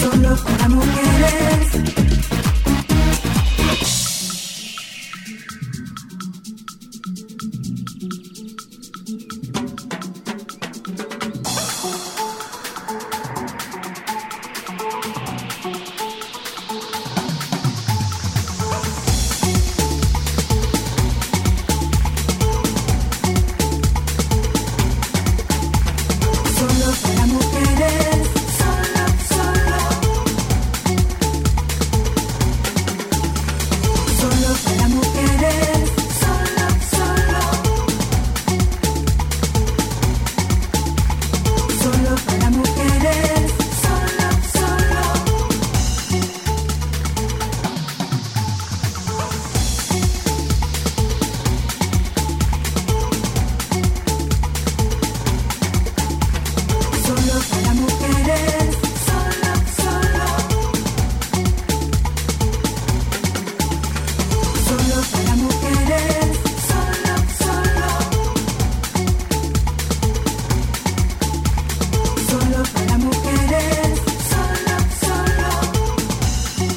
solo para mujeres. Solo para mujeres. Solo, solo. Solo para mujeres. Solo, solo. Solo para mujeres. Solo, solo. Solo para mujeres, solo, solo. Solo para mujeres, solo, solo. Solo para mujeres, solo, solo.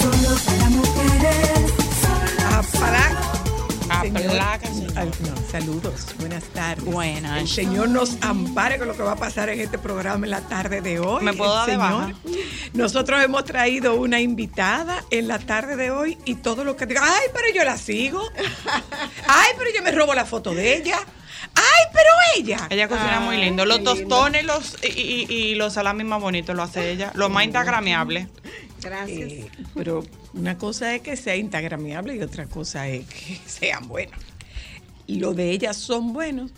Solo para mujeres, solo. Ah, Aplac- señor. Aplaca, señor. Al- no, saludos, buenas tardes. Buenas. El Señor nos ampare con lo que va a pasar en este programa en la tarde de hoy. ¿Me puedo El dar de Señor. baja? Nosotros hemos traído una invitada en la tarde de hoy y todo lo que diga, ay, pero yo la sigo. Ay, pero yo me robo la foto de ella. Ay, pero ella. Ella cocina muy lindo. Los tostones los, y, y- y los salamis más bonitos lo hace ella. Lo más instagrameable. Gracias. Eh, pero una cosa es que sea instagramiable y otra cosa es que sean buenos. Lo de ellas son buenos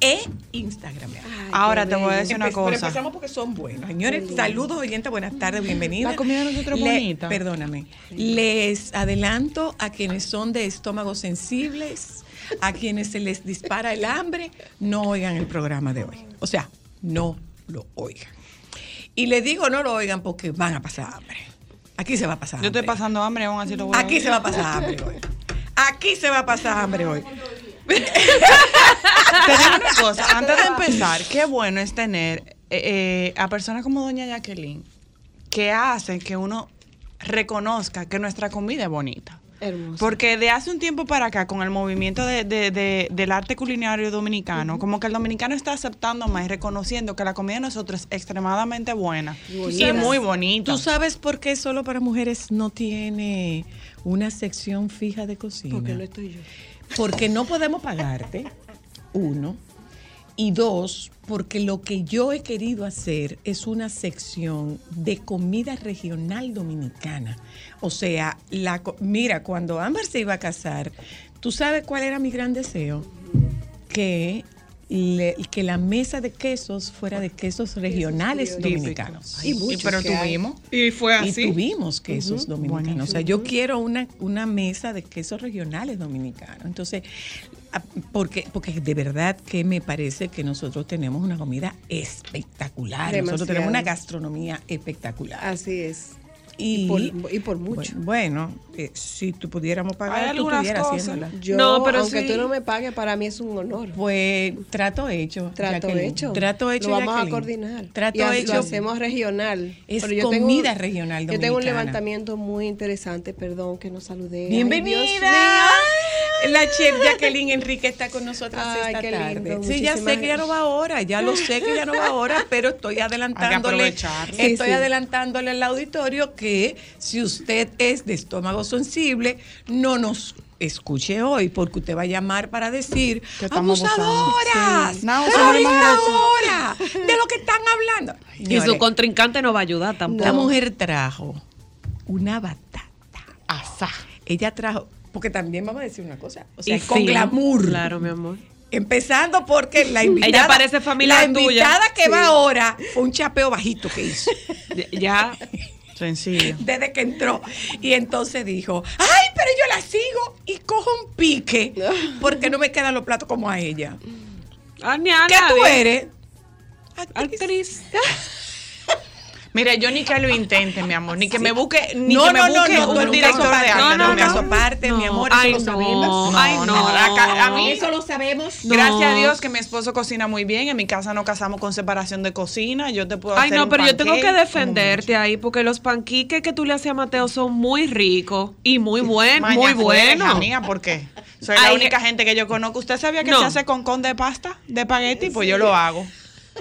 e instagramiables. Ay, Ahora qué te voy a bello. decir una Empe- pero cosa. empezamos porque son buenos. Señores, saludos, oyentes, buenas tardes, bienvenidos. La comida de nosotros es Le- bonita. Perdóname. Les adelanto a quienes son de estómagos sensibles, a quienes se les dispara el hambre, no oigan el programa de hoy. O sea, no lo oigan. Y les digo no lo oigan porque van a pasar hambre. Aquí se va a pasar Yo estoy hambre. pasando hambre, aún así lo voy a Aquí ver. se va a pasar hambre hoy. Aquí se va a pasar hambre hoy. Te digo una cosa, antes de empezar, qué bueno es tener eh, eh, a personas como doña Jacqueline que hacen que uno reconozca que nuestra comida es bonita. Hermoso. Porque de hace un tiempo para acá, con el movimiento de- de- de- del arte culinario dominicano, como que el dominicano está aceptando más y reconociendo que la comida de nosotros es extremadamente buena Bonita. y muy bonita. ¿Tú sabes por qué solo para mujeres no tiene una sección fija de cocina? Porque no estoy yo. Porque no podemos pagarte, uno. Y dos, porque lo que yo he querido hacer es una sección de comida regional dominicana. O sea, la, co- mira, cuando Ámbar se iba a casar, ¿tú sabes cuál era mi gran deseo? Que, le- que la mesa de quesos fuera de quesos regionales criollos. dominicanos. Y muchos pero que hay. tuvimos. Y fue Y así. tuvimos quesos dominicanos. O sea, yo quiero una, una mesa de quesos regionales dominicanos. Entonces, a- porque, porque de verdad que me parece que nosotros tenemos una comida espectacular. Nosotros Demasiado. tenemos una gastronomía espectacular. Así es. Y, por- y por mucho. Bueno, eh, si tú pudiéramos pagar, Hay tú algunas estuvieras cosas. haciéndola. Yo, No, pero aunque sí. tú no me pagues, para mí es un honor. Pues trato hecho. Trato Jacqueline. hecho. Trato hecho. Lo vamos Jacqueline. a coordinar. Trato Y así hecho. Lo hacemos regional. Es Pero yo tengo- comida regional Yo tengo un dominicana. levantamiento muy interesante, perdón, que no saludé. Ay, Bienvenida. Dios mío. La chef Jacqueline Enrique está con nosotras Ay, esta qué tarde. lindo, sí, ya sé muchísimas que ya no va ahora, ya lo sé que ya no va ahora, pero estoy adelantándole. aprovechar. Estoy Sí, sí. adelantándole al auditorio que si usted es de estómago sensible, no nos escuche hoy porque usted va a llamar para decir Que estamos abusadoras, abusando". Sí. No, pero somos ahorita malas". ahora de lo que están hablando. Y su Señores, contrincante no va a ayudar tampoco. la mujer trajo una batata Asá. ella trajo, porque también vamos a decir una cosa, o sea, Y con sí, glamour. Claro, mi amor. Empezando porque la invitada. Ella parece La familiar tuya. invitada que va ahora fue un chapeo bajito que hizo Ya. Sencillo. desde que entró. Y entonces dijo: ¡Ay, pero yo la sigo! Y cojo un pique porque no me quedan los platos como a ella. Ah, ni a ¿Qué tú nadie. eres? Actriz. Mira, yo ni que lo intente, mi amor, ni que me busque, ni no, que no, me no, busque no, tú un el director caso de aparte, arte. no, no, no, mi caso amor. aparte, mi amor, eso Ay, lo no, sabemos. ay, No, no. no, acá- a mí- Eso lo sabemos. No. Gracias a Dios que mi esposo cocina muy bien. En mi casa no casamos con separación de cocina. Yo te puedo Ay, hacer no, un pero yo tengo que pancake, defenderte ahí porque los panquiques que tú le hacías a Mateo son muy ricos y muy como buenos, mucho. muy Maña, pues, hija buenos. mía, ¿por qué? Soy Ay, la que- única gente que yo conozco. ¿Usted sabía que No. se hace con con de pasta, de espagueti? Pues yo lo hago.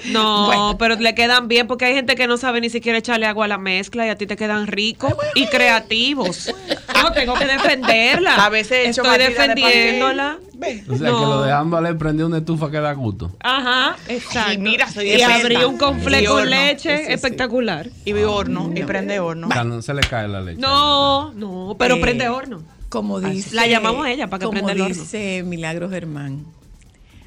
No, Bueno. pero le quedan bien porque hay gente que no sabe ni siquiera echarle agua a la mezcla y a ti te quedan ricos y creativos. No, tengo que defenderla. A veces he hecho estoy batida de pancake. defendiéndola. Ve. O sea, No. que lo de ámbar prendió una estufa que da gusto. Ajá, exacto. Y mira, soy y experta. abrí un Y confle horno. con leche Sí, sí, sí. espectacular. Y vi horno, y prende horno. O sea, no se le cae la leche. No, no, pero Eh, prende horno. Como dice. La llamamos a ella para que como prenda el horno. dice Milagros Germán.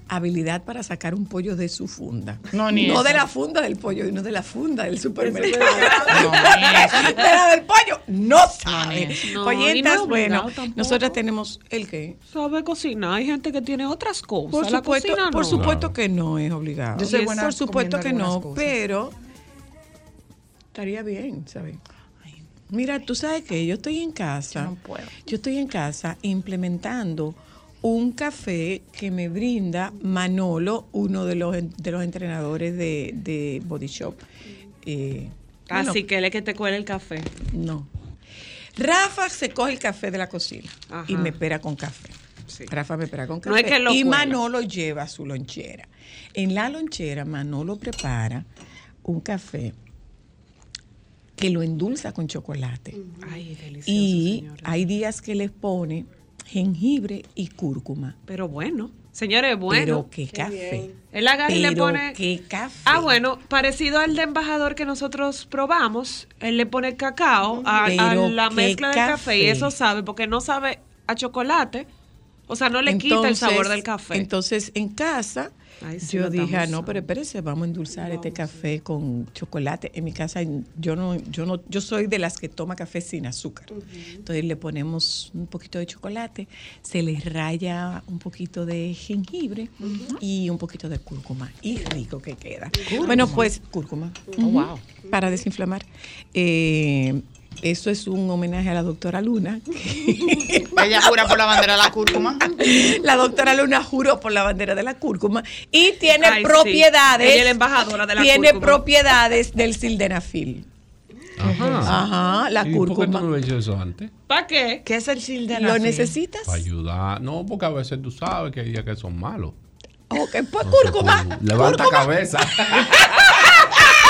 Habilidad para sacar un pollo de su funda. No, ni No eso. de la funda del pollo, no de la funda del supermercado. No, ni eso. de la del pollo, no sabe. ni eso. No, Oyentas, y no es obligado bueno, tampoco. nosotras tenemos el que. Sabe cocinar, hay gente que tiene otras cosas. Por la supuesto, cocina por no. supuesto que no es obligado. Yo soy Y es- buena por supuesto que comiendo no, algunas cosas. pero estaría bien, ¿sabes? Mira, tú sabes que yo estoy en casa. Yo no puedo. Yo estoy en casa implementando un café que me brinda Manolo, uno de los, en- de los entrenadores de, de Body Shop. Eh, Ah, Así bueno, que le que te cuele el café. no. Rafa se coge el café de la cocina Ajá. y me espera con café. Sí. Rafa me espera con café. No es que lo y cuela. Manolo lleva su lonchera. En la lonchera, Manolo prepara un café que lo endulza con chocolate. Ay, delicioso, y señores. hay días que les pone jengibre y cúrcuma. Pero bueno, señores, Pero bueno. qué café. Él agarra y le Pero pone. qué café. Ah, bueno, parecido al de embajador que nosotros probamos. Él le pone cacao a, a Pero la qué mezcla del café y café. eso sabe, porque no sabe a chocolate. O sea, no le quita el sabor del café. Entonces, en casa, Ay, sí, yo lo dije, ah, estamos no, pero usando. espérense, vamos a endulzar este café con chocolate. En mi casa, yo no, yo no, yo soy de las que toma café sin azúcar. Entonces le ponemos un poquito de chocolate, se le raya un poquito de jengibre y un poquito de cúrcuma. Y rico que queda. Bueno, pues, cúrcuma. Oh, wow. Para desinflamar. Eh, eso es un homenaje a la doctora Luna, que- Ella jura por la bandera de la cúrcuma. la doctora Luna juró por la bandera de la cúrcuma y tiene Ay, sí. propiedades. Ella es la embajadora de la tiene cúrcuma. propiedades del sildenafil. Ajá. Ajá, la ¿Y por qué tú no cúrcuma. lo has hecho eso antes? ¿Para qué? ¿Qué es el sildenafil? ¿Lo necesitas? Para ayudar. No, porque a veces tú sabes que hay días que son malos. Ok, pues cúrcuma. Levanta cabeza.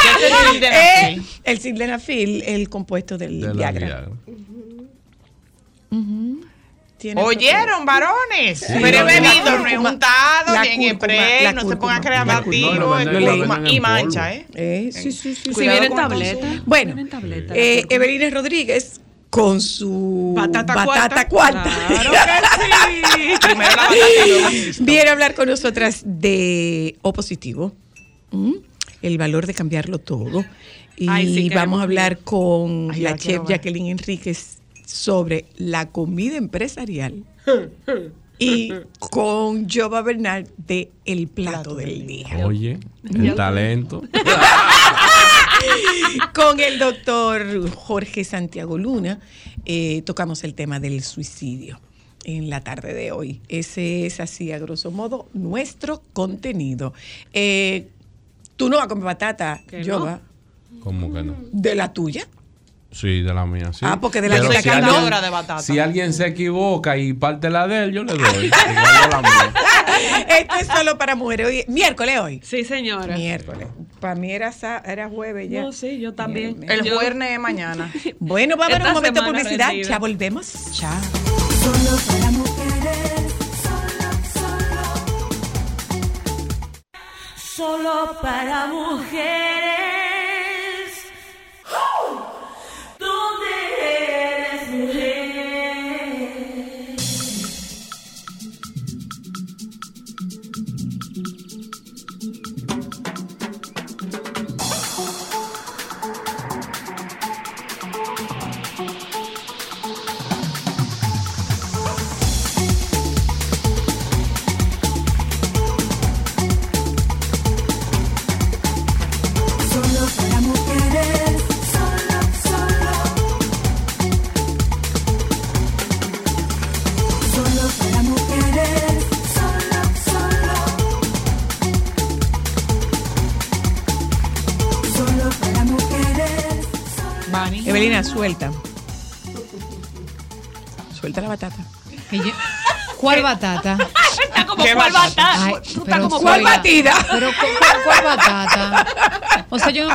¿Qué es el sildenafil? Eh, el sildenafil, el compuesto del De la Viagra. Viagra. Tiene ¿Oyeron, varones? Sí. Pero he La bebido, cúrcuma. no he untado, La bien cúrcuma, spray, la no se cúrcuma. pongan La cúrcuma. creativo. No, la venden- la cúrcuma. venden y en mancha, polvo. ¿eh? propiedades. Eh, sí, sí, sí. Si Cuidado vienen con el tabletas. Bueno, Vienen tabletas. eh, Evelina Rodríguez con su Batata batata cuarta. cuarta. Claro que sí. Primero la batata y luego el pisto. Viene a hablar con nosotras de O positivo, ¿m? el valor de cambiarlo todo. Y Ay, sí, queremos vamos a hablar con Ay, la la quiero chef ver. Jacqueline Enríquez sobre la comida empresarial y con Jova Bernal de El Plato, del Día. Oye, el talento. Con el doctor Jorge Santiago Luna eh, tocamos el tema del suicidio en la tarde de hoy. Ese es así, a grosso modo, nuestro contenido. Eh, Tú no vas a comer batata, Que yo no. va. ¿Cómo que no? ¿De la tuya? Sí, de la mía, sí. Ah, porque de la Pero que se alguien- cantadora de batata. Si alguien se equivoca y parte la de él, yo le doy. Igual la mía. Esto es solo para mujeres. Hoy, miércoles hoy. Sí, señora. Miércoles. Para mí era, sa- era jueves ya. No, sí, yo también. Miércoles. El Yo- jueves mañana. Bueno, vamos a ver Esta un momento de semana publicidad. rendida. Ya volvemos. Chao. Solo para mujeres, solo, solo. Solo para mujeres. ¿Dónde eres mujer? Solo Solo para mujeres, solo, solo. Solo para mujeres, solo. Bani. Evelina, suelta. Suelta la batata. Que yo- ¿Cuál batata? Está como ¿Qué cuál batata? batata. Ay, Tú estás pero como soy- cuál ¿Cuál batida? Pero ¿cu- cu- ¿cuál batata? O sea, yo,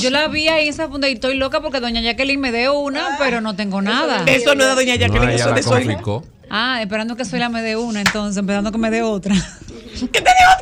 yo la vi ahí en esa funda y estoy loca porque doña Jacqueline me dio una, pero no tengo nada. Eso no da doña Jacqueline, No, ella eso la de soy. complicó. Ah, esperando que Suela me dé una, entonces, esperando que me dé otra. Te Ah,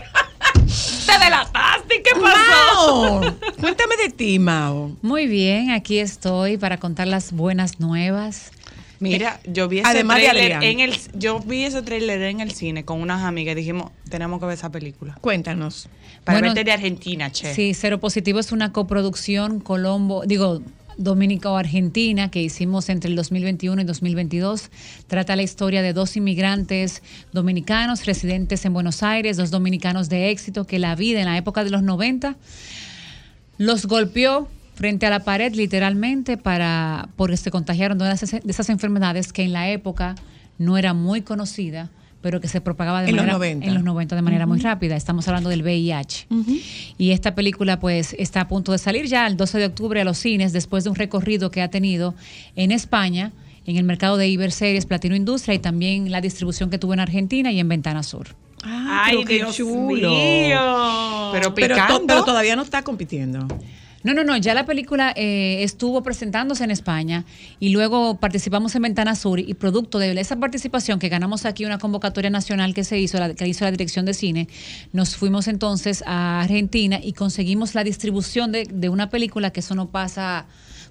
delataste. ¿y ¿Qué pasó? Mao, cuéntame de ti, Mao. Muy bien, aquí estoy para contar las buenas nuevas. Mira, yo vi ese Además de trailer Adrián. en el yo vi ese tráiler en el cine con unas amigas y dijimos, tenemos que ver esa película. Cuéntanos. Para Bueno, verte de Argentina, che. Sí, Cero Positivo es una coproducción Colombo, digo, Dominica o Argentina que hicimos entre el 2021 y 2022. Trata la historia de dos inmigrantes dominicanos residentes en Buenos Aires, dos dominicanos de éxito que la vida en la época de los 90 los golpeó frente a la pared literalmente para porque se contagiaron de, unas- de esas enfermedades que en la época no era muy conocida pero que se propagaba de En los manera 90. en los 90 de manera muy rápida estamos hablando del VIH y esta película pues está a punto de salir ya el 12 de octubre a los cines después de un recorrido que ha tenido en España en el mercado de Iberseries Platino Industria y también la distribución que tuvo en Argentina y en Ventana Sur Ay, Dios mío. Pero Pero, to- picando. pero todavía no está compitiendo. No, no, no, ya la película eh, estuvo presentándose en España y luego participamos en Ventana Sur y producto de esa participación que ganamos aquí una convocatoria nacional que se hizo, la, que hizo la Dirección de Cine, nos fuimos entonces a Argentina y conseguimos la distribución de, de una película que eso no pasa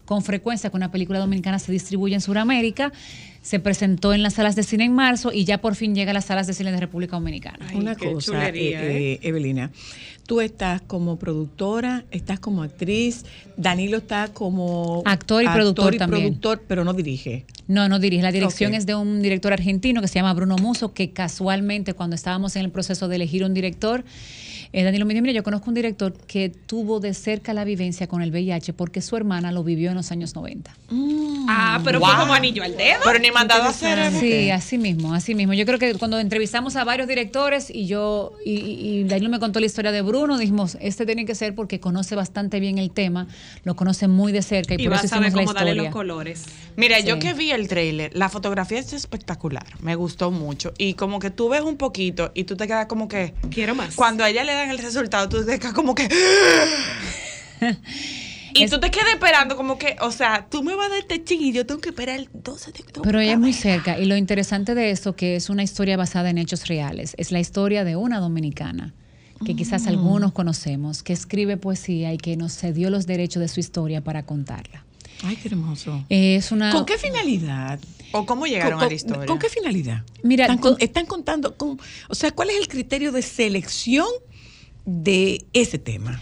con frecuencia, que una película dominicana se distribuye en Sudamérica, se presentó en las salas de cine en marzo y ya por fin llega a las salas de cine de República Dominicana. Ay, Una qué cosa, chulería, eh, eh, Evelina. Tú estás como productora, estás como actriz, Danilo está como Actor y productor y también. productor, pero no dirige. No, no dirige. La dirección Ok. es de un director argentino que se llama Bruno Muso, que casualmente cuando estábamos en el proceso de elegir un director, eh, Danilo me dijo, mira, yo conozco un director que tuvo de cerca la vivencia con el VIH porque su hermana lo vivió en los años 90. Ah, pero fue como anillo al dedo. Pero ni mandado a hacer. ¿eh? Sí, así mismo, así mismo. Yo creo que cuando entrevistamos a varios directores y yo y, y- y Danilo me contó la historia de Bruno, dijimos, este tiene que ser porque conoce bastante bien el tema, lo conoce muy de cerca y, Y por vas eso a ver hicimos la cómo darle historia. los colores. Mira, Sí. yo que vi el tráiler, la fotografía es espectacular, me gustó mucho y como que tú ves un poquito y tú te quedas como que Quiero más. cuando a ella le dan el resultado tú te quedas como que y tú te quedas esperando como que, o sea, tú me vas a dar este ching y yo tengo que esperar el 12 de octubre. Pero ella es para muy verla. cerca y lo interesante de esto que es una historia basada en hechos reales, es la historia de una dominicana que Mm. quizás algunos conocemos, que escribe poesía y que nos cedió los derechos de su historia para contarla. Ay, qué hermoso. Eh, Es una ¿Con qué finalidad? o cómo llegaron ¿Con, a la historia. con qué finalidad? Mira, están, con- tú- están contando, con, o sea, ¿cuál es el criterio de selección de ese tema?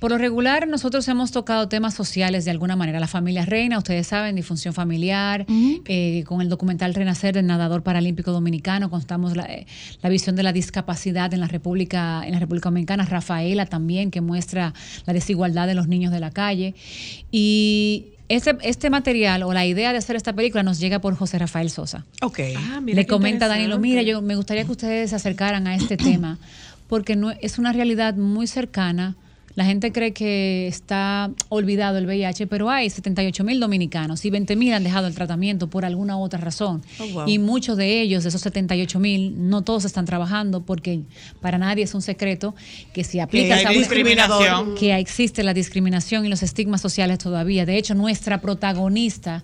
Por lo regular, nosotros hemos tocado temas sociales de alguna manera. La familia reina, ustedes saben, difunción familiar, eh, con el documental Renacer del nadador paralímpico dominicano, contamos la, eh, la visión de la discapacidad en la República, en la República Dominicana, Rafaela también, que muestra la desigualdad de los niños de la calle. Y este, este material o la idea de hacer esta película nos llega por José Rafael Sosa. Ok. Ah, Le comenta a Danilo, mira, yo me gustaría que ustedes se acercaran a este tema, porque no, es una realidad muy cercana. La gente cree que está olvidado el VIH, pero hay 78 mil dominicanos y 20 mil han dejado el tratamiento por alguna u otra razón. Oh, wow. Y muchos de ellos, de esos 78 mil, no todos están trabajando porque para nadie es un secreto que si aplicas hay a una- discriminación. que existe la discriminación y los estigmas sociales todavía. De hecho, nuestra protagonista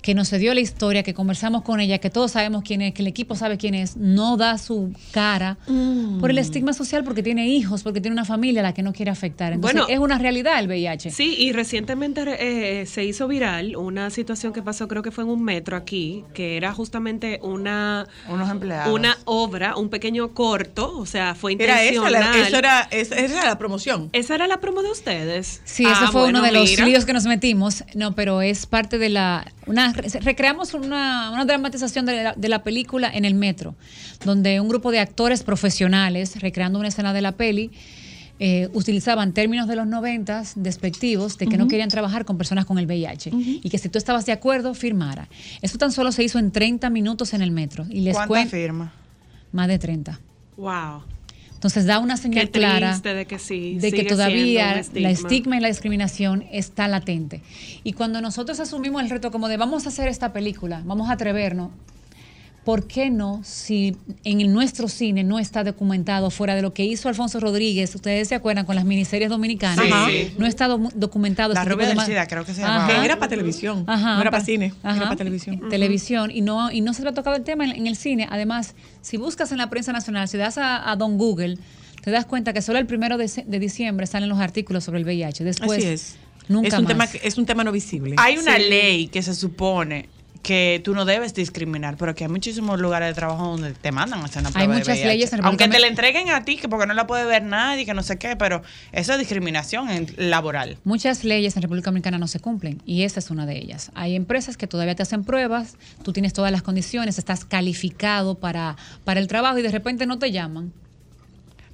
que nos dio la historia, que conversamos con ella, que todos sabemos quién es, que el equipo sabe quién es, no da su cara Mm. por el Mm. estigma social porque tiene hijos, porque tiene una familia a la que no quiere afectar. Entonces, Bueno. es una realidad el VIH. Sí, y recientemente eh, se hizo viral una situación que pasó, creo que fue en un metro aquí, que era justamente una, Unos empleados. una obra, un pequeño corto, o sea, fue Era esa, intencional. la, eso era, esa, esa era la promoción. ¿Esa era la promo de ustedes. Sí, Ah, ese fue bueno, uno de los mira. líos que nos metimos. No, pero es parte de la. Una, recreamos una, una dramatización de la, de la película en el metro, donde un grupo de actores profesionales, recreando una escena de la peli, eh, utilizaban términos de los noventas despectivos de que no querían trabajar con personas con el VIH y que si tú estabas de acuerdo, firmara. Eso tan solo se hizo en 30 minutos en el metro y les ¿Cuánta cuento firma? más de 30. Wow. Entonces da una Qué señal clara triste de que sí. de que sigue siendo un todavía estigma. la estigma y la discriminación está latente. Y cuando nosotros asumimos el reto como de vamos a hacer esta película, vamos a atrevernos, ¿por qué no si en nuestro cine no está documentado fuera de lo que hizo Alfonso Rodríguez? Ustedes se acuerdan con las miniseries dominicanas, Sí. Ajá. Sí. no está domu- documentado. La este tipo rubia de del ma- SIDA, creo que se Ajá. llamaba. Que era para televisión, Ajá, no era para pa- cine, ajá, Eh, era para televisión. Televisión, y no, y no se le ha tocado el tema en, en el cine. Además, si buscas en la prensa nacional, si das a, a Don Google, te das cuenta que solo el primero de, se- de diciembre salen los artículos sobre el VIH. Después, Así es. nunca es un más. tema que- es un tema no visible. Hay una ley que se supone que tú no debes discriminar, pero que hay muchísimos lugares de trabajo donde te mandan a hacer una Hay prueba de muchas VIH. leyes en República Aunque te la Dominicana. entreguen a ti, que porque no la puede ver nadie, que no sé qué, pero eso es discriminación en- laboral. Muchas leyes en República Dominicana no se cumplen y esa es una de ellas. Hay empresas que todavía te hacen pruebas, tú tienes todas las condiciones, estás calificado para, para el trabajo y de repente no te llaman.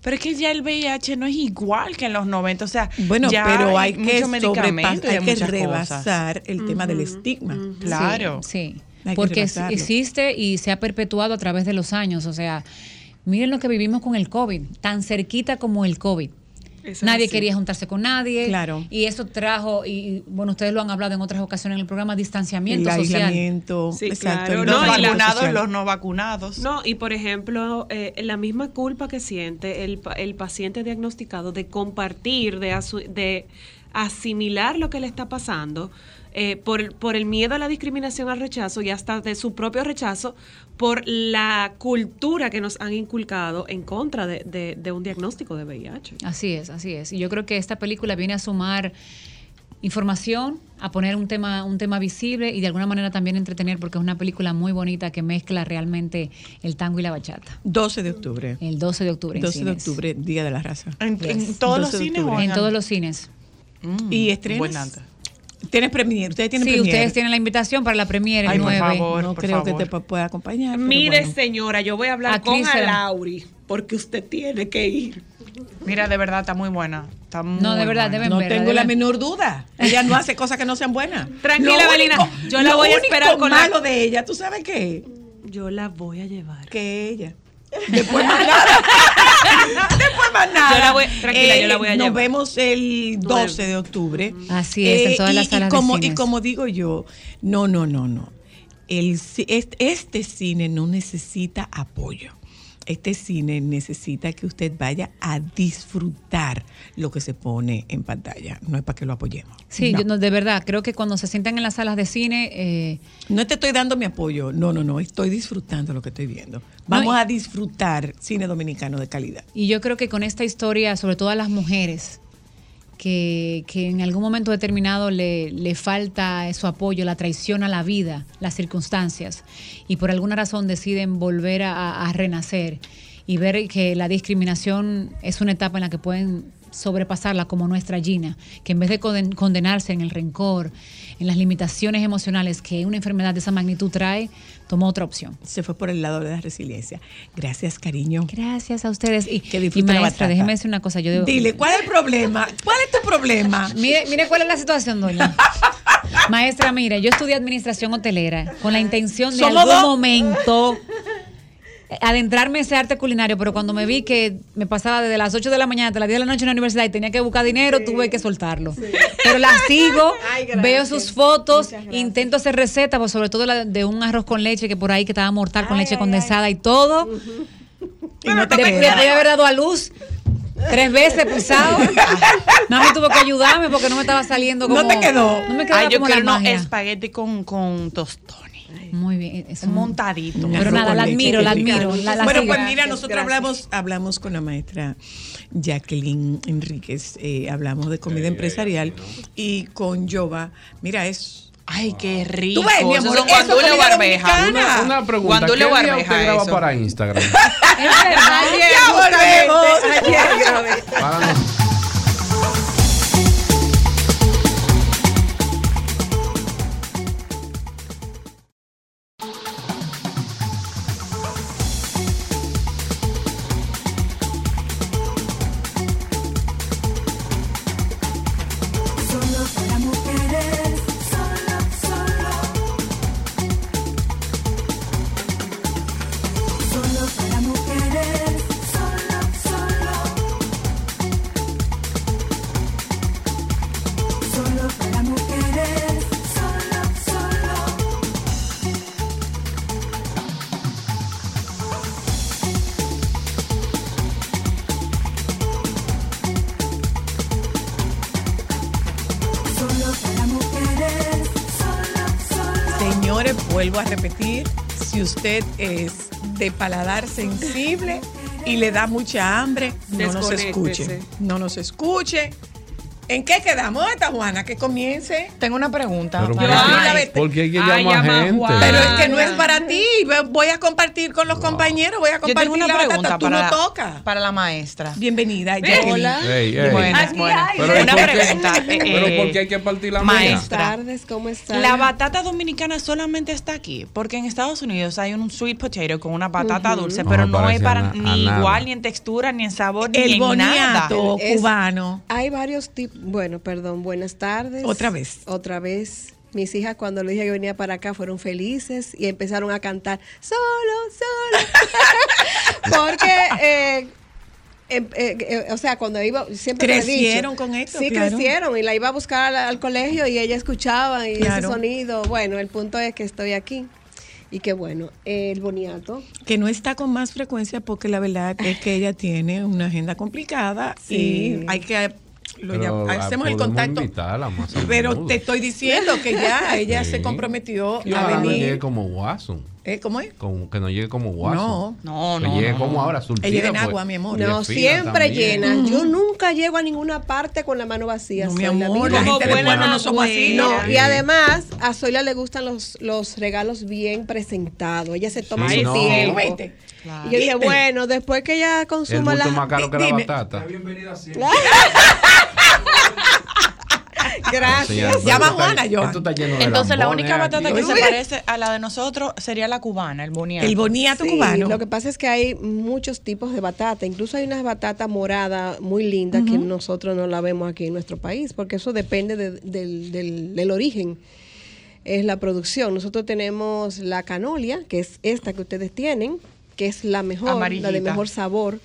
Pero es que ya el VIH no es igual que en los 90, o sea, Bueno, ya pero hay que mucho medicamento sobrepasar, y hay que muchas cosas. rebasar el tema del estigma. Claro. Sí, Hay que porque es- rebasarlo. existe y se ha perpetuado a través de los años. O sea, miren lo que vivimos con el COVID, tan cerquita como el COVID. Eso es nadie así. quería juntarse con nadie. Claro. Y eso trajo, y- y bueno, ustedes lo han hablado en otras ocasiones en el programa, distanciamiento el social. aislamiento, Sí, exacto, claro. el Los No, y la- aislamiento vacunados, social. los no vacunados. No, y por ejemplo, eh, la misma culpa que siente el, pa- el paciente diagnosticado de compartir, de, asu- de asimilar lo que le está pasando, eh, por, el- por el miedo a la discriminación, al rechazo y hasta de su propio rechazo, por la cultura que nos han inculcado en contra de, de- de un diagnóstico de VIH. Así es, así es. Y yo creo que esta película viene a sumar información, a poner un tema, un tema visible y de alguna manera también entretener, porque es una película muy bonita que mezcla realmente el tango y la bachata. 12 de octubre. El 12 de octubre. en 12 de cines. octubre, Día de la Raza. En, en Yes. todos los 12 de cines o octubre. En todos los cines. Mm, ¿Y estrenas? buen antes. Tienes premier, ustedes Sí, tienen premier. ustedes tienen la invitación para la premiere el Ay, por 9. favor. No por creo favor. que te pa- pueda acompañar. pero Mire, bueno. señora, yo voy a hablar Aquí con se- Alauri, porque usted tiene que ir. Mira, de verdad está muy buena. Está muy No, de verdad, buena. deben No verla, tengo la deben- menor duda. Ella no hace cosas que no sean buenas. Tranquila, Lo Belina, único- yo la lo voy a único esperar con la- malo de ella, ¿tú sabes qué? Yo la voy a llevar. Que ella. Después más nada. Después más nada. Eh, Yo la voy- tranquila, yo la voy a Nos llevar. vemos el 12 de octubre. Eh, Así es, en todas y- las salas y de como, Y cines. como digo yo, no, no, no, no. El, ci- est- este cine no necesita apoyo. Este cine necesita que usted vaya a disfrutar lo que se pone en pantalla. No es para que lo apoyemos. Sí, no. yo no, de verdad, creo que cuando se sientan en las salas de cine, eh, No te estoy dando mi apoyo, no, no, no, estoy disfrutando lo que estoy viendo. Vamos No, y- a disfrutar cine dominicano de calidad. y yo creo que con esta historia, sobre todo a las mujeres, que, que en algún momento determinado le, le falta su apoyo, la traición a la vida, las circunstancias, y por alguna razón deciden volver a, a renacer y ver que la discriminación es una etapa en la que pueden sobrepasarla como nuestra Gina, que en vez de conden- condenarse en el rencor, en las limitaciones emocionales que una enfermedad de esa magnitud trae, tomó otra opción. Se fue por el lado de la resiliencia. Gracias, cariño. Gracias a ustedes. Y, Que disfruten y la maestra, batata. déjeme decir una cosa. Yo debo- Dile, ¿cuál es el problema? ¿Cuál es tu problema? Mire, mire cuál es la situación, doña. Maestra, mira, yo estudié administración hotelera con la intención de Somos algún dos. momento adentrarme en ese arte culinario, pero cuando me vi que me pasaba desde las 8 de la mañana hasta las 10 de la noche en la universidad y tenía que buscar dinero, tuve que soltarlo. Pero la sigo, Ay, gracias. veo sus fotos, Muchas gracias. intento hacer recetas, pues, sobre todo la de un arroz con leche que por ahí que estaba mortal con leche condensada y todo. Y no te De- queda. después de haber dado a luz tres veces pues, pulsado, mami tuvo que ayudarme porque no me estaba saliendo No como. te quedó. No me quedaba Ay, yo como la quiero unos magia. espagueti con, con tostones. Muy bien, es un- Montadito. Pero Arroz nada, con la leche, admiro, qué la rico. admiro, la- la bueno, sigo. pues mira, Gracias, nosotros gracias. hablamos hablamos con la maestra Jacqueline Enríquez, eh, hablamos de comida empresarial y con Jova. Mira, es. Ay, qué rico. Tú ves, mi Esos amor, son eso es guandule comida barbeja. dominicana. Una, una pregunta. Guandule ¿Qué día barbeja, usted graba eso. para Instagram? Es verdad. ¡Ya volvemos! Para nos- solo para mujeres, solo, solo. Solo para mujeres, solo, solo. Solo para mujeres, solo, solo. Señores, vuelvo a repetir, si usted es de paladar sensible y le da mucha hambre, no nos escuche. Desconéctese. No nos escuche. ¿En qué quedamos esta Juana? Que comience. Tengo una pregunta. Pero para- Yo ¿por qué- la vete. ¿Por qué hay que Ay, llamar llama a gente? Juan. Pero es Ah, que no ya. es para ti. Ve- Voy a compartir con los compañeros, voy a Yo compartir tengo una la batata, pregunta tú para, no tocas. para la maestra. Bienvenida, Jacqueline. Ey, ey. Buenas, Aquí buenas. hay- Pero ¿y Una por qué- pregunta. eh, Pero eh, ¿por qué hay que partir la mía? Buenas tardes, ¿cómo están? La batata dominicana solamente está aquí, porque en Estados Unidos hay un sweet potato con una batata dulce, No pero me no Ah, parece es para a na- a ni nada. igual, ni en textura, ni en sabor, ni El en nada. boniato Es- cubano. Hay varios tipos. Bueno, perdón, buenas tardes. Otra vez. Otra vez. Mis hijas cuando les dije que venía para acá fueron felices y empezaron a cantar solo, solo. Porque, eh, em- eh, eh, o sea, cuando iba, siempre lo he dicho. Crecieron con esto, Sí, claro. crecieron y la iba a buscar al, al colegio y ella escuchaba y ese Claro. sonido. Bueno, el punto es que estoy aquí y que bueno, el boniato. que no está con más frecuencia porque la verdad es que ella tiene una agenda complicada Sí. y hay que lo Pero, llam- ah, hacemos el podemos contacto. invitarla más a Pero menudo. te estoy diciendo que ya ella se Sí. comprometió Y a ojalá no llegue venir. como Watson. ¿Eh? ¿Cómo es? Como, que no llegue como Watson. No, Que no, llegue no, como no. ahora, surtida. Ella en pues. agua, mi amor. Y es No, fina siempre también. llena. Yo nunca llego a ninguna parte con la mano vacía. No, mi soy la amor, diva. la Como gente de buena pueblo no somos así. abuela. No, y además a Zoila le gustan los, los regalos bien presentados. Ella se toma Sí, su no. tiempo. Vete. Y yo dije, bueno, después que ella El consuma bulto la. es más caro que la Dime. batata. Gracias. Señora, Llama esto está- Juana, Joan. Esto está lleno de Entonces la lambones única batata aquí. que se parece a la de nosotros sería la cubana, el boniato. El boniato Sí, cubano. Lo que pasa es que hay muchos tipos de batata. Incluso hay una batata morada muy linda que nosotros no la vemos aquí en nuestro país, porque eso depende de- del, del- del origen. Es la producción. Nosotros tenemos la canolia, que es esta que ustedes tienen, que es la mejor, Amarillita. la de mejor sabor.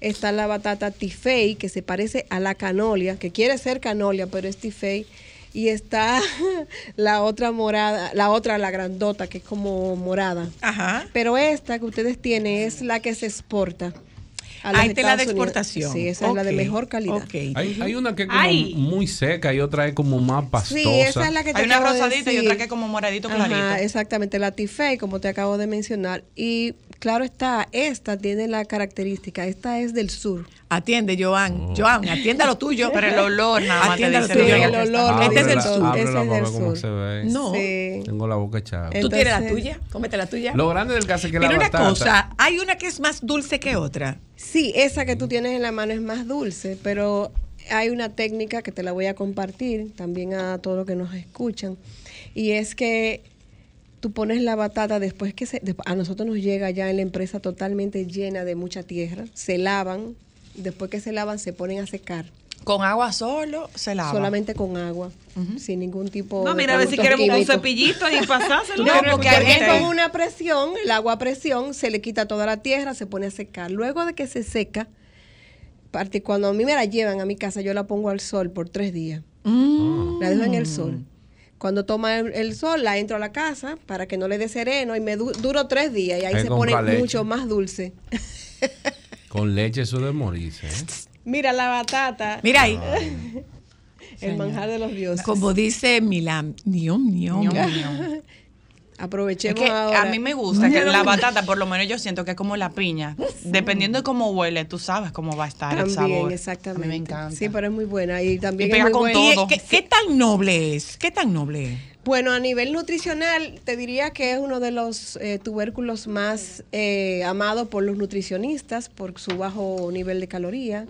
Está la batata tifei, que se parece a la canolia, que quiere ser canolia, pero es tifei. Y está la otra morada, la otra, la grandota, que es como morada. Ajá. Pero esta que ustedes tienen es la que se exporta. a los Ahí está Ah, la Estados de Unidos. exportación. Sí, esa es la de Ok, mejor calidad. ok. Hay, hay una que es como Ay. muy seca y otra es como más pastosa. Sí, esa es la que te Hay una acabo de rosadita y otra decir. que es como moradito Ajá, clarito. exactamente, la Tifey, como te acabo de mencionar. Y claro está, esta tiene la característica, esta es del sur. Atiende, Joan. Joan, atienda lo tuyo. Pero el olor nada más te Atienda lo dice Sí, tuyo. el lo que está. olor, Este es del Ábrela, sur. Ese ábrela es para del ver cómo sur. se ve. No. Sí. Tengo la boca echada. Tú tienes la Entonces- tuya. Cómete la tuya. Lo grande del caso es que la Mira una batata. cosa. Hay una que es más dulce que otra. Sí, esa que tú tienes en la mano es más dulce, pero hay una técnica que te la voy a compartir también a todos los que nos escuchan. Y es que tú pones la batata después que se, desp- a nosotros nos llega ya en la empresa totalmente llena de mucha tierra, se lavan, después que se lavan se ponen a secar. Con agua solo se lava. Solamente con agua, sin ningún tipo No, de. mira, a ver si productos queremos un químicos. cepillito y pasárselo. No, Pero porque hay es gente- con una presión, el agua a presión, se le quita toda la tierra, se pone a secar. Luego de que se seca, parte, cuando a mí me la llevan a mi casa, yo la pongo al sol por tres días. La dejo Mm. en el sol. Cuando toma el, el sol, la entro a la casa para que no le dé sereno y me du- duro tres días y ahí Ahí se compra pone leche. mucho más dulce. Con leche eso de morirse. ¿eh? Mira la batata, Mira ahí. Ah. el manjar de los dioses. Como dice Milán, niom, niom. Ñom, ñom. Es Aprovechemos que ahora. a mí me gusta que la batata, por lo menos yo siento que es como la piña. Dependiendo de cómo huele, tú sabes cómo va a estar el también, sabor. exactamente. A mí me encanta. Sí, pero es muy buena y también Y es pega muy con buena- todo. ¿Y ¿Qué, qué tan noble es? ¿Qué tan noble es? Bueno, a nivel nutricional, te diría que es uno de los eh, tubérculos más eh, amados por los nutricionistas por su bajo nivel de caloría.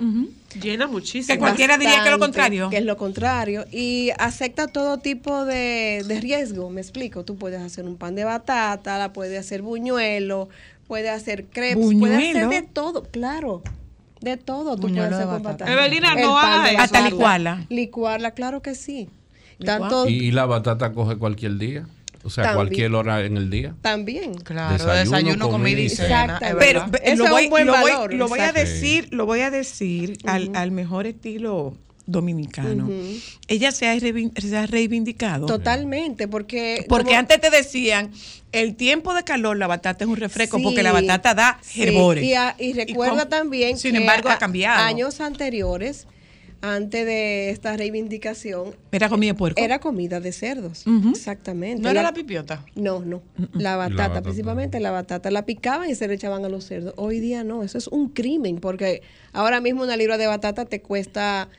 Llena Que muchísimo. cualquiera diría que Bastante, lo contrario. Que es lo contrario. Y acepta todo tipo de, de riesgo, me explico. Tú puedes hacer un pan de batata, la puedes hacer buñuelo, puedes hacer crepes, puedes hacer ¿Buñuelo? de todo, claro. De todo tú Buñuelo puedes hacer de con batata. batata. Evelina, El no pan de hay. Hasta batata. licuarla. Licuarla, claro que sí. Licuar. Tanto Y, y la batata coge cualquier día. O sea, También. cualquier hora en el día. También. Claro, Desayuno, desayuno, comida y cena. Exactamente. es Pero verdad. ve- Eso lo es voy, un buen lo voy- valor, lo voy a exacto. decir, lo voy a decir al, al mejor estilo dominicano. Ella se ha, reivin- se ha reivindicado. Totalmente, porque... Porque como- antes te decían, el tiempo de calor, la batata es un refresco, porque la Sí, batata da sí. herbores. Eh, Y, a- y recuerda con- también Sin que embargo, ha a- cambiado. años anteriores, antes de esta reivindicación, Era comida de puerco. era comida de cerdos. Exactamente. No era la pipiota. No, no. La batata, batata. principalmente la batata. La picaban y se le echaban a los cerdos. Hoy día no, eso es un crimen, porque ahora mismo una libra de batata te cuesta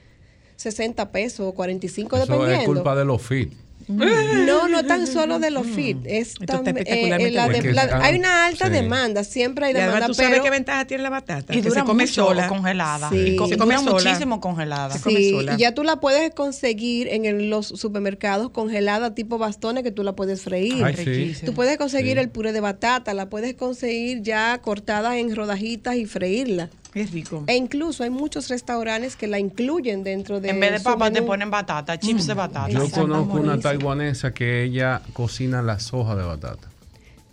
60 pesos o 45 Eso es dependiendo. Mm. culpa de los fit. No, no tan solo de los fit. Es Mm. Esto está tam- eh, espectacularmente eh, la bueno. de- Es que la- está- hay una alta sí. demanda, siempre hay Y además, demanda, ¿tú sabes pero qué ventaja tiene la batata? Y que dura se come mucho sola. congelada. Sí. Y co- Se Se come come sola. muchísimo congelada. Se come sí, sola. y ya tú la puedes conseguir en los supermercados congelada tipo bastones que tú la puedes freír. Ay, sí. Tú puedes conseguir Sí. el puré de batata, la puedes conseguir ya cortada en rodajitas y freírla. Es rico. E incluso hay muchos restaurantes que la incluyen dentro de En vez de su papas te menú. ponen batata, chips de Mm. batata. Yo Está conozco una buenísimo. taiwanesa que ella cocina las hojas de batata.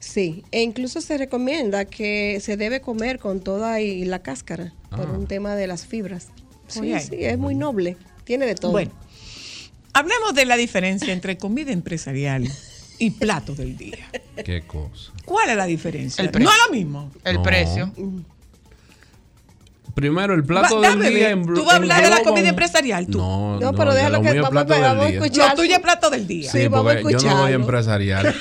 Sí, e incluso se recomienda que se debe comer con toda y la cáscara por Ah. un tema de las fibras. Sí, Oye. sí, es muy noble, tiene de todo. Bueno, hablemos de la diferencia entre comida empresarial y plato del día. Qué cosa. ¿Cuál es la diferencia? El no precio. es lo mismo. Eh, El No. precio. Primero, el plato Va- del dame, día. ve. embru- Tú vas a hablar de la engloba comida un- empresarial, tú. No, No, pero yo déjalo lo que mío es vamos- plato del vamos a día. escuchar. Lo tuyo es plato del día. Sí, Sí, vamos a porque yo no voy escucharlo. empresarial.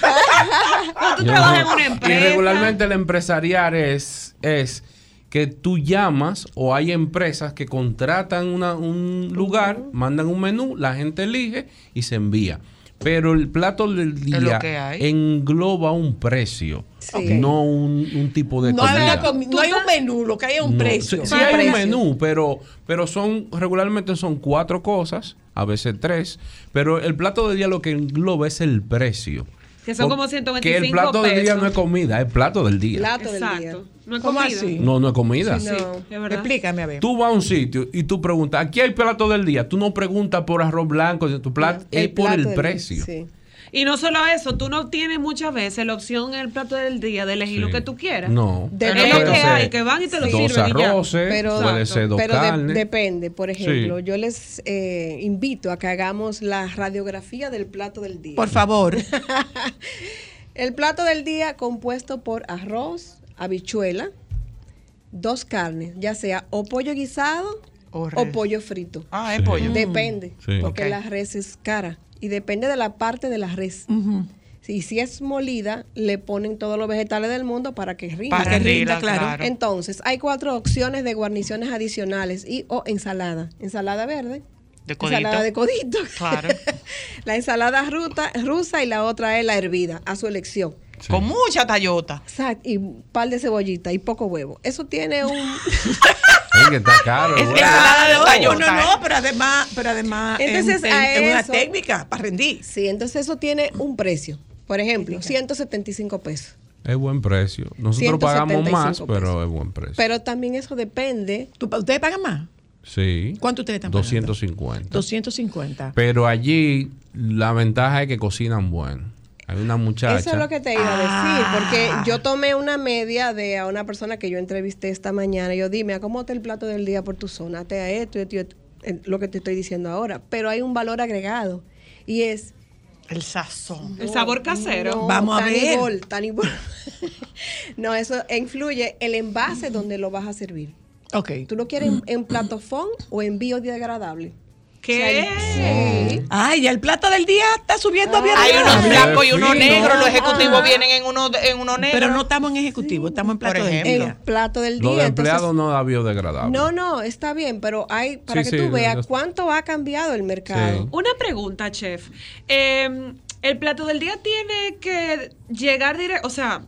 tú Yo trabajas no- en una Y empresa. regularmente el empresarial es, es que tú llamas o hay empresas que contratan una- un lugar, mandan un menú, la gente elige y se envía. Pero el plato del lo día que hay. engloba un precio, Sí. no un, un tipo de No, hay comida. una comi- no hay un menú, lo que hay es un No, precio. Sí, sí hay un Precio. menú, pero, pero son regularmente son cuatro cosas, a veces tres, pero el plato del día lo que engloba es el precio. Que son Por- como 125 Que el plato del día pesos. no es comida, es plato del día. Plato del día. Exacto. No es ¿Cómo comida. así? No, no es comida. Sí, Sí, No. es verdad. Explícame a ver. Tú vas a un sitio y tú preguntas, aquí hay plato del día. Tú no preguntas por arroz blanco, tu plato es por plato el del- precio. sí. Y no solo eso, tú no tienes muchas veces la opción en el plato del día de elegir Sí. lo que tú quieras. No. De- Es Pero lo puede que ser hay, que van y te lo dos sirven y ya. arroces, Pero, puede ser dos pero de- carnes. depende, por ejemplo, Sí. yo les eh, invito a que hagamos la radiografía del plato del día. Por favor. El plato del día compuesto por arroz, habichuela, dos carnes, ya sea o pollo guisado O o, res. pollo frito. Ah, Sí. es pollo. Depende, Sí. porque Ok. la res es cara y depende de la parte de la res. Y si es molida, le ponen todos los vegetales del mundo para que rinda. Para que que rinda, rinda, claro. claro. Entonces, hay cuatro opciones de guarniciones adicionales y o ensalada. Ensalada verde, De codito. ensalada de codito, Claro. la ensalada ruta- rusa y la otra es la hervida, a su elección. Sí. Con mucha tallota. Exacto, y un par de cebollita y poco huevo. Eso tiene un... Es que está caro. ¿eh? Es- güey. ensalada de No, tallota. no, no, pero además, pero además Entonces, es, un- a es una eso- técnica para rendir. sí, entonces eso tiene un precio. Por ejemplo, 175 pesos. Es buen precio. 175 Nosotros pagamos más, pesos. pero es buen precio. Pero también eso depende. ¿Tú- ¿Ustedes pagan más? sí. ¿Cuánto ustedes están pagando? 250. 250. Pero allí la ventaja es que cocinan bueno. Hay una muchacha. Eso es lo que te iba a decir, Ah. porque yo tomé una media de a una persona que yo entrevisté esta mañana. Yo dime, acomódate el plato del día por tu zona, te a esto, esto, y esto", eh, lo que te estoy diciendo ahora. Pero hay un valor agregado y es El sazón. El sabor casero. No, Vamos a Tani ver. Ball, Tani Ball. no, eso influye el envase donde lo vas a servir. Ok. ¿Tú lo quieres en, en platofón o en biodegradable? ¿Qué? Ay, ya el plato del día está subiendo bien. Hay bien. unos Qué blancos y unos fino. negros. Los ejecutivos Ajá. vienen en uno, de- en uno negro. Pero no estamos en ejecutivo, estamos en Por plato del ejemplo. El día. plato del día. Lo de entonces- empleado no da biodegradable. No, no, está bien, pero hay para Ah, Sí, que sí, tú no, veas no. cuánto ha cambiado el mercado. Sí. Una pregunta, chef. Eh, el plato del día tiene que llegar directo, o sea,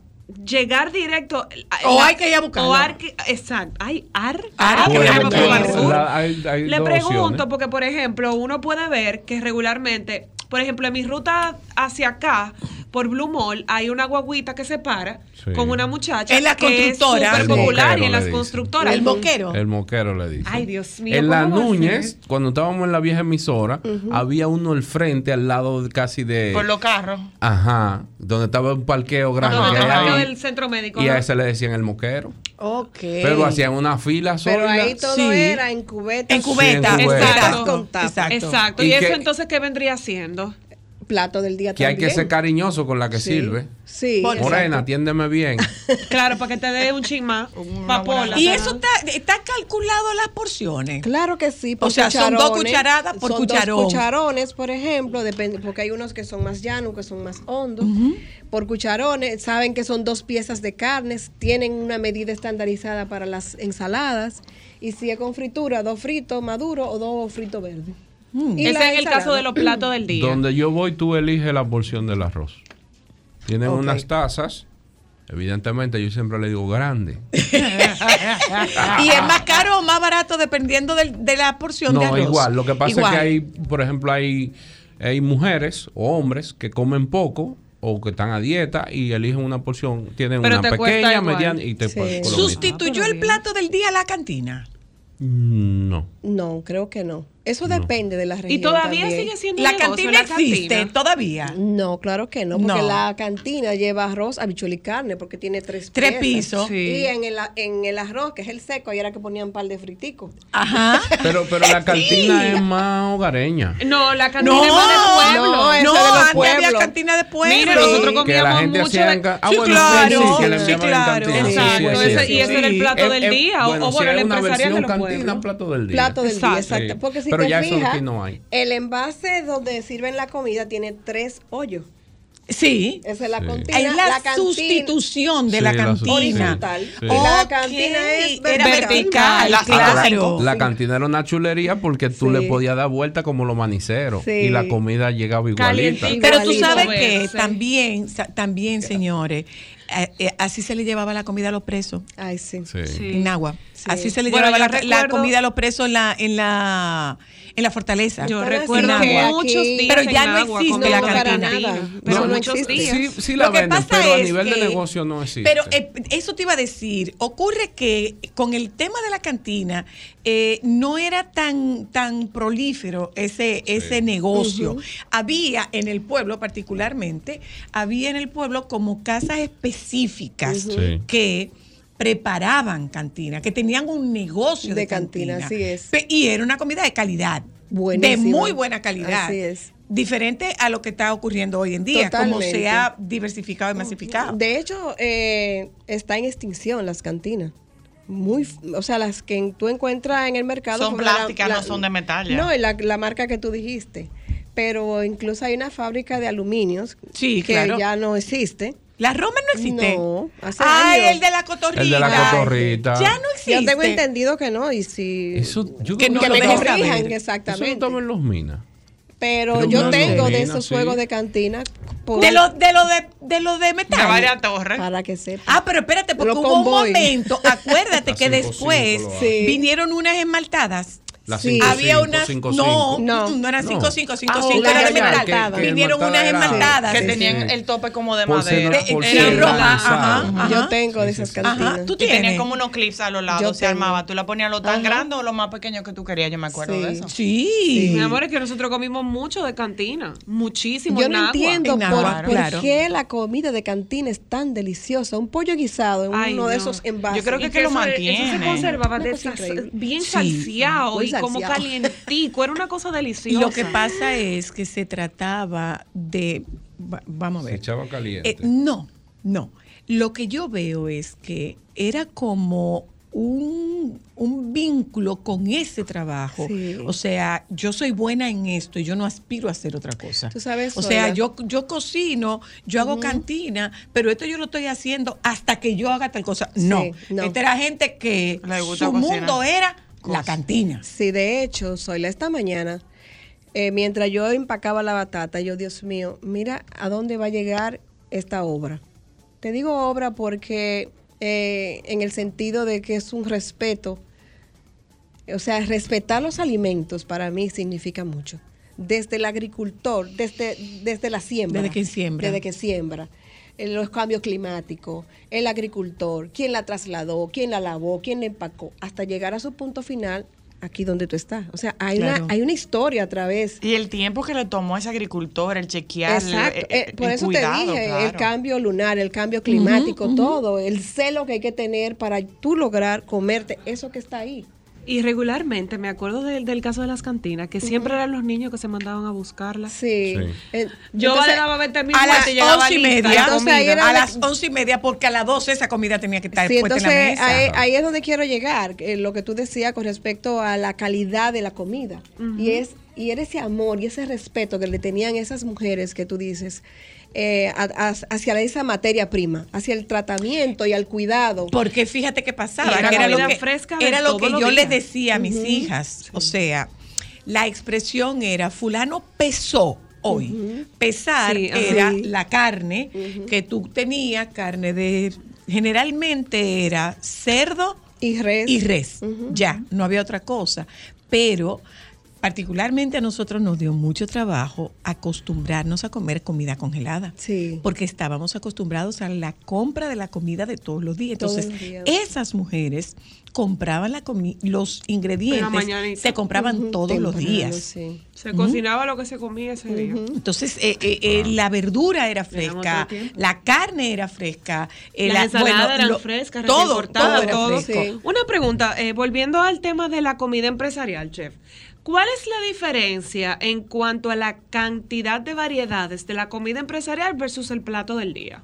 llegar directo. eh, O hay que ir a buscarlo. O hay que- exacto. Hay ar. Ar- Ah, que Bueno, llama pero Cobar Sur. Pues, la- hay- hay Le dos pregunto opciones. porque, por ejemplo, uno puede ver que regularmente, por ejemplo, en mi ruta hacia acá, por Blue Mall hay una guaguita que se para Sí. con una muchacha. En la que es constructora. súper El popular moquero, y en las le dicen. constructoras. El moquero. El moquero le dice. Ay, Dios mío, En la ¿cómo va a Núñez, ser? cuando estábamos en la vieja emisora, había uno al frente, al lado de- casi de. Por los carros. Ajá, donde estaba un parqueo grande No, que no, hay no, ahí, del centro médico. Y ¿no? a ese le decían el moquero. Ok. Pero hacían una fila sola. Pero ahí todo Sí. era en cubetas. En cubeta. Sí, en cubeta. Exacto. Con tapa. Exacto. Exacto. Y ¿Y, que- eso entonces qué vendría siendo? Plato del día Que hay que también. ser cariñoso con la que Sí. sirve. Sí. Por- exacto. Morena, atiéndeme bien. Claro, para que te dé un chisma. Una Papola. buena- Y eso está, está calculado las porciones. Claro que sí. por O sea, son dos cucharones. cucharadas por Son cucharón. Dos cucharones, por ejemplo, depende, porque hay unos que son más llanos, que son más hondos. Por cucharones, saben que son dos piezas de carnes, tienen una medida estandarizada para las ensaladas. Y si es con fritura, dos fritos maduros o dos fritos verdes. Y Ese la es el ensalada. caso de los platos del día. Donde yo voy, tú eliges la porción del arroz. Tienen Ok. unas tazas. Evidentemente, yo siempre le digo grande. Y es más caro o más barato dependiendo del- de la porción de No, arroz. igual. Lo que pasa Igual. es que hay, por ejemplo, hay, hay mujeres o hombres que comen poco o que están a dieta y eligen una porción. Tienen Pero una te cuesta pequeña, igual. mediana y te Sí. puedes colocar. Sustituyó Ah, pero el plato del día a la cantina. Mm, No. No, creo que no. Eso depende de la región. y todavía también. sigue siendo La negocio, cantina la existe cantina. todavía. No, claro que no, porque No. la cantina lleva arroz, habichuela y carne, porque tiene tres, Tres piezas. pisos. Sí. Y en el, en el arroz, que es el seco, ahí era que ponían un par de friticos. Ajá. Pero, pero la cantina es más hogareña. No, la cantina No, es más de pueblo. no, esa no, de los antes había pueblos. cantina de pueblo. Mira, nosotros que la comíamos gente mucho hacía de- en ca- Ah, Sí, bueno, claro. sí, que le Sí, llamaban claro. cantina. Sí, sí, Exacto, es ese- cierto. y ese era el plato Eh, del eh, día, o- o si bueno, hay el una empresarial versión de los cantina, pueblos. plato del día. Plato del día, Exacto. exacto. Sí. Porque si Pero te ya eso fijas, aquí no hay. el envase donde sirven la comida tiene tres hoyos. Sí. Esa es la Sí. cantina. Es la, cantina- sustitución de Sí, la la cantina. horizontal. Sí. Y la Ok, cantina es era vertical, vertical. Ah, claro. La, la cantina era una chulería porque tú Sí. le podías dar vuelta como los maniceros Sí. y la comida llegaba igualita. Calientita. Pero tú Igualito. sabes que Verse. también, sa- también señores, eh, eh, así se le llevaba la comida a los presos Ay, sí. Sí. Sí. en agua. Así se le Bueno, llevaba la, yo la recuerdo- comida a los presos en la, en la, en la fortaleza. Yo Bueno, recuerdo sí, que muchos aquí- días Pero ya en no agua existe comiendo la cantina. cantina. No, Pero no muchos existe. días. Sí, sí la Lo que venden, pasa pero a es nivel de que- negocio no existe. Pero eh, eso te iba a decir, ocurre que con el tema de la cantina eh, no era tan, tan prolífero ese, ese negocio. Había en el pueblo particularmente, había en el pueblo como casas específicas Ujú. Sí. que preparaban cantina, que tenían un negocio de, De cantina, así es. Pe- Y era una comida de calidad. De Buenísima. muy buena calidad. Así es. Diferente a lo que está ocurriendo hoy en día, como se Totalmente. ha diversificado y masificado. De hecho, eh, está en extinción las cantinas. Muy, f- o sea, las que en- tú encuentras en el mercado Son como la- plásticas, la- no son de metal, ya. No, y la, la marca que tú dijiste. Pero incluso hay una fábrica de aluminios Sí, que claro. ya no existe. La Roma no existe. No, hace Ay, años. el de la cotorrita. El de la cotorrita. Ya no existe. Yo tengo entendido que no, y si eso, yo que creo no que lo me dejes estaba- saber. corrijan Eso no exactamente. estaba en los minas. pero Pero yo una tengo alumina, de esos sí. juegos de cantina por- De lo de, lo de, de lo de De metal. varias torres. para que sepa. Ah, pero espérate, porque Los hubo un convoy. momento, acuérdate La que 5-5 después lo hace. Sí. vinieron unas esmaltadas. Las Sí. cinco, Había cinco, unas. cinco, no, cinco. No. no, no eran No. 5, 5, 5, Ah, 5, ya, era de ya, ya, metal. que- que vinieron unas esmaltadas esmaltadas. Que Sí, tenían sí. el tope como de Porcelana- madera. Eh, porcelana era roja, ajá, usada. ajá. yo tengo de Sí, esas sí, sí. cantinas. Ajá, tú Y tenían tienes. como unos clips a los Yo lados, se tengo. armaba. Tú la ponías lo tan Ajá. grande o lo más pequeño que tú querías, yo me acuerdo de Sí. eso. Sí. Mi amor, es que nosotros comimos mucho de cantina. Muchísimo. Yo en no agua. entiendo En por, agua, por claro. qué la comida de cantina es tan deliciosa. Un pollo guisado en Ay, uno de no. esos envases. Yo creo Y que lo eso- Eso se mantiene. conservaba Una de cosa esas- increíble. bien Sí. salseado Muy y como salseado. calientico. Era una cosa deliciosa. Lo que pasa es que se trataba de. va- vamos a Se ver. echaba caliente. Eh, no, no. Lo que yo veo es que era como un, un vínculo con ese trabajo. Sí. O sea, yo soy buena en esto y yo no aspiro a hacer otra cosa. Tú sabes, o sea, Zoila. yo, yo cocino, yo hago cantina, pero esto yo lo estoy haciendo hasta que yo haga tal cosa. No. no. Esta era gente que Le gusta su cocinar. mundo era la cantina. Sí, de hecho, Soyla, esta mañana, eh, mientras yo empacaba la batata, yo, Dios mío, mira a dónde va a llegar esta obra. Te digo obra porque eh, en el sentido de que es un respeto, o sea, respetar los alimentos para mí significa mucho. desde el agricultor, desde, desde la siembra. Desde que siembra. Desde que siembra. Eh, Los cambios climáticos, el agricultor, quién la trasladó, quién la lavó, quién la empacó, hasta llegar a su punto final aquí donde tú estás. O sea, hay, Claro. una, hay una historia a través Y el tiempo que le tomó a ese agricultor, el chequear, el- Exacto. el, Eh, por el eso te cuidado, dije, el claro. cambio lunar, el cambio climático, todo, el celo que hay que tener para tú lograr comerte eso que está ahí. Y regularmente, me acuerdo del, del caso de las cantinas, que siempre eran los niños que se mandaban a buscarlas. Sí. Sí. Eh, Yo entonces, le daba 20 mil A las vueltas y llegaba once y lista. media, Entonces, ahí era a la- las once y media, porque a las doce esa comida tenía que estar sí, puesta en la entonces eh, mesa. ahí, ahí es donde quiero llegar, eh, lo que tú decías con respecto a la calidad de la comida. Y es y era ese amor y ese respeto que le tenían esas mujeres que tú dices eh, a- a- hacia esa materia prima, hacia el tratamiento y al cuidado. Porque fíjate qué Y pasaba, era que era lo comida que, fresca de era lo todos que los yo les días. decía a mis hijas. O sea, la expresión era, fulano pesó hoy. Pesar Sí, ajá. era Sí. la carne que tú tenías, carne de... Generalmente era cerdo Y res. y res. Ya, no había otra cosa. Pero particularmente a nosotros nos dio mucho trabajo acostumbrarnos a comer comida congelada. Sí. Porque estábamos acostumbrados a la compra de la comida de todos los días. Todos Entonces, los días. esas mujeres compraban la comi- los ingredientes, mañanita. se compraban Ujú, todos los temprano, días. sí. Se cocinaba lo que se comía ese día. Entonces, eh, eh, eh, la verdura era fresca, Ah. otro tiempo. la carne era fresca, eh, Las la- ensaladas bueno, eran lo- frescas, recién todo, cortadas, todo, era todo. fresco. Sí. Una pregunta, eh, volviendo al tema de la comida empresarial, chef. ¿Cuál es la diferencia en cuanto a la cantidad de variedades de la comida empresarial versus el plato del día?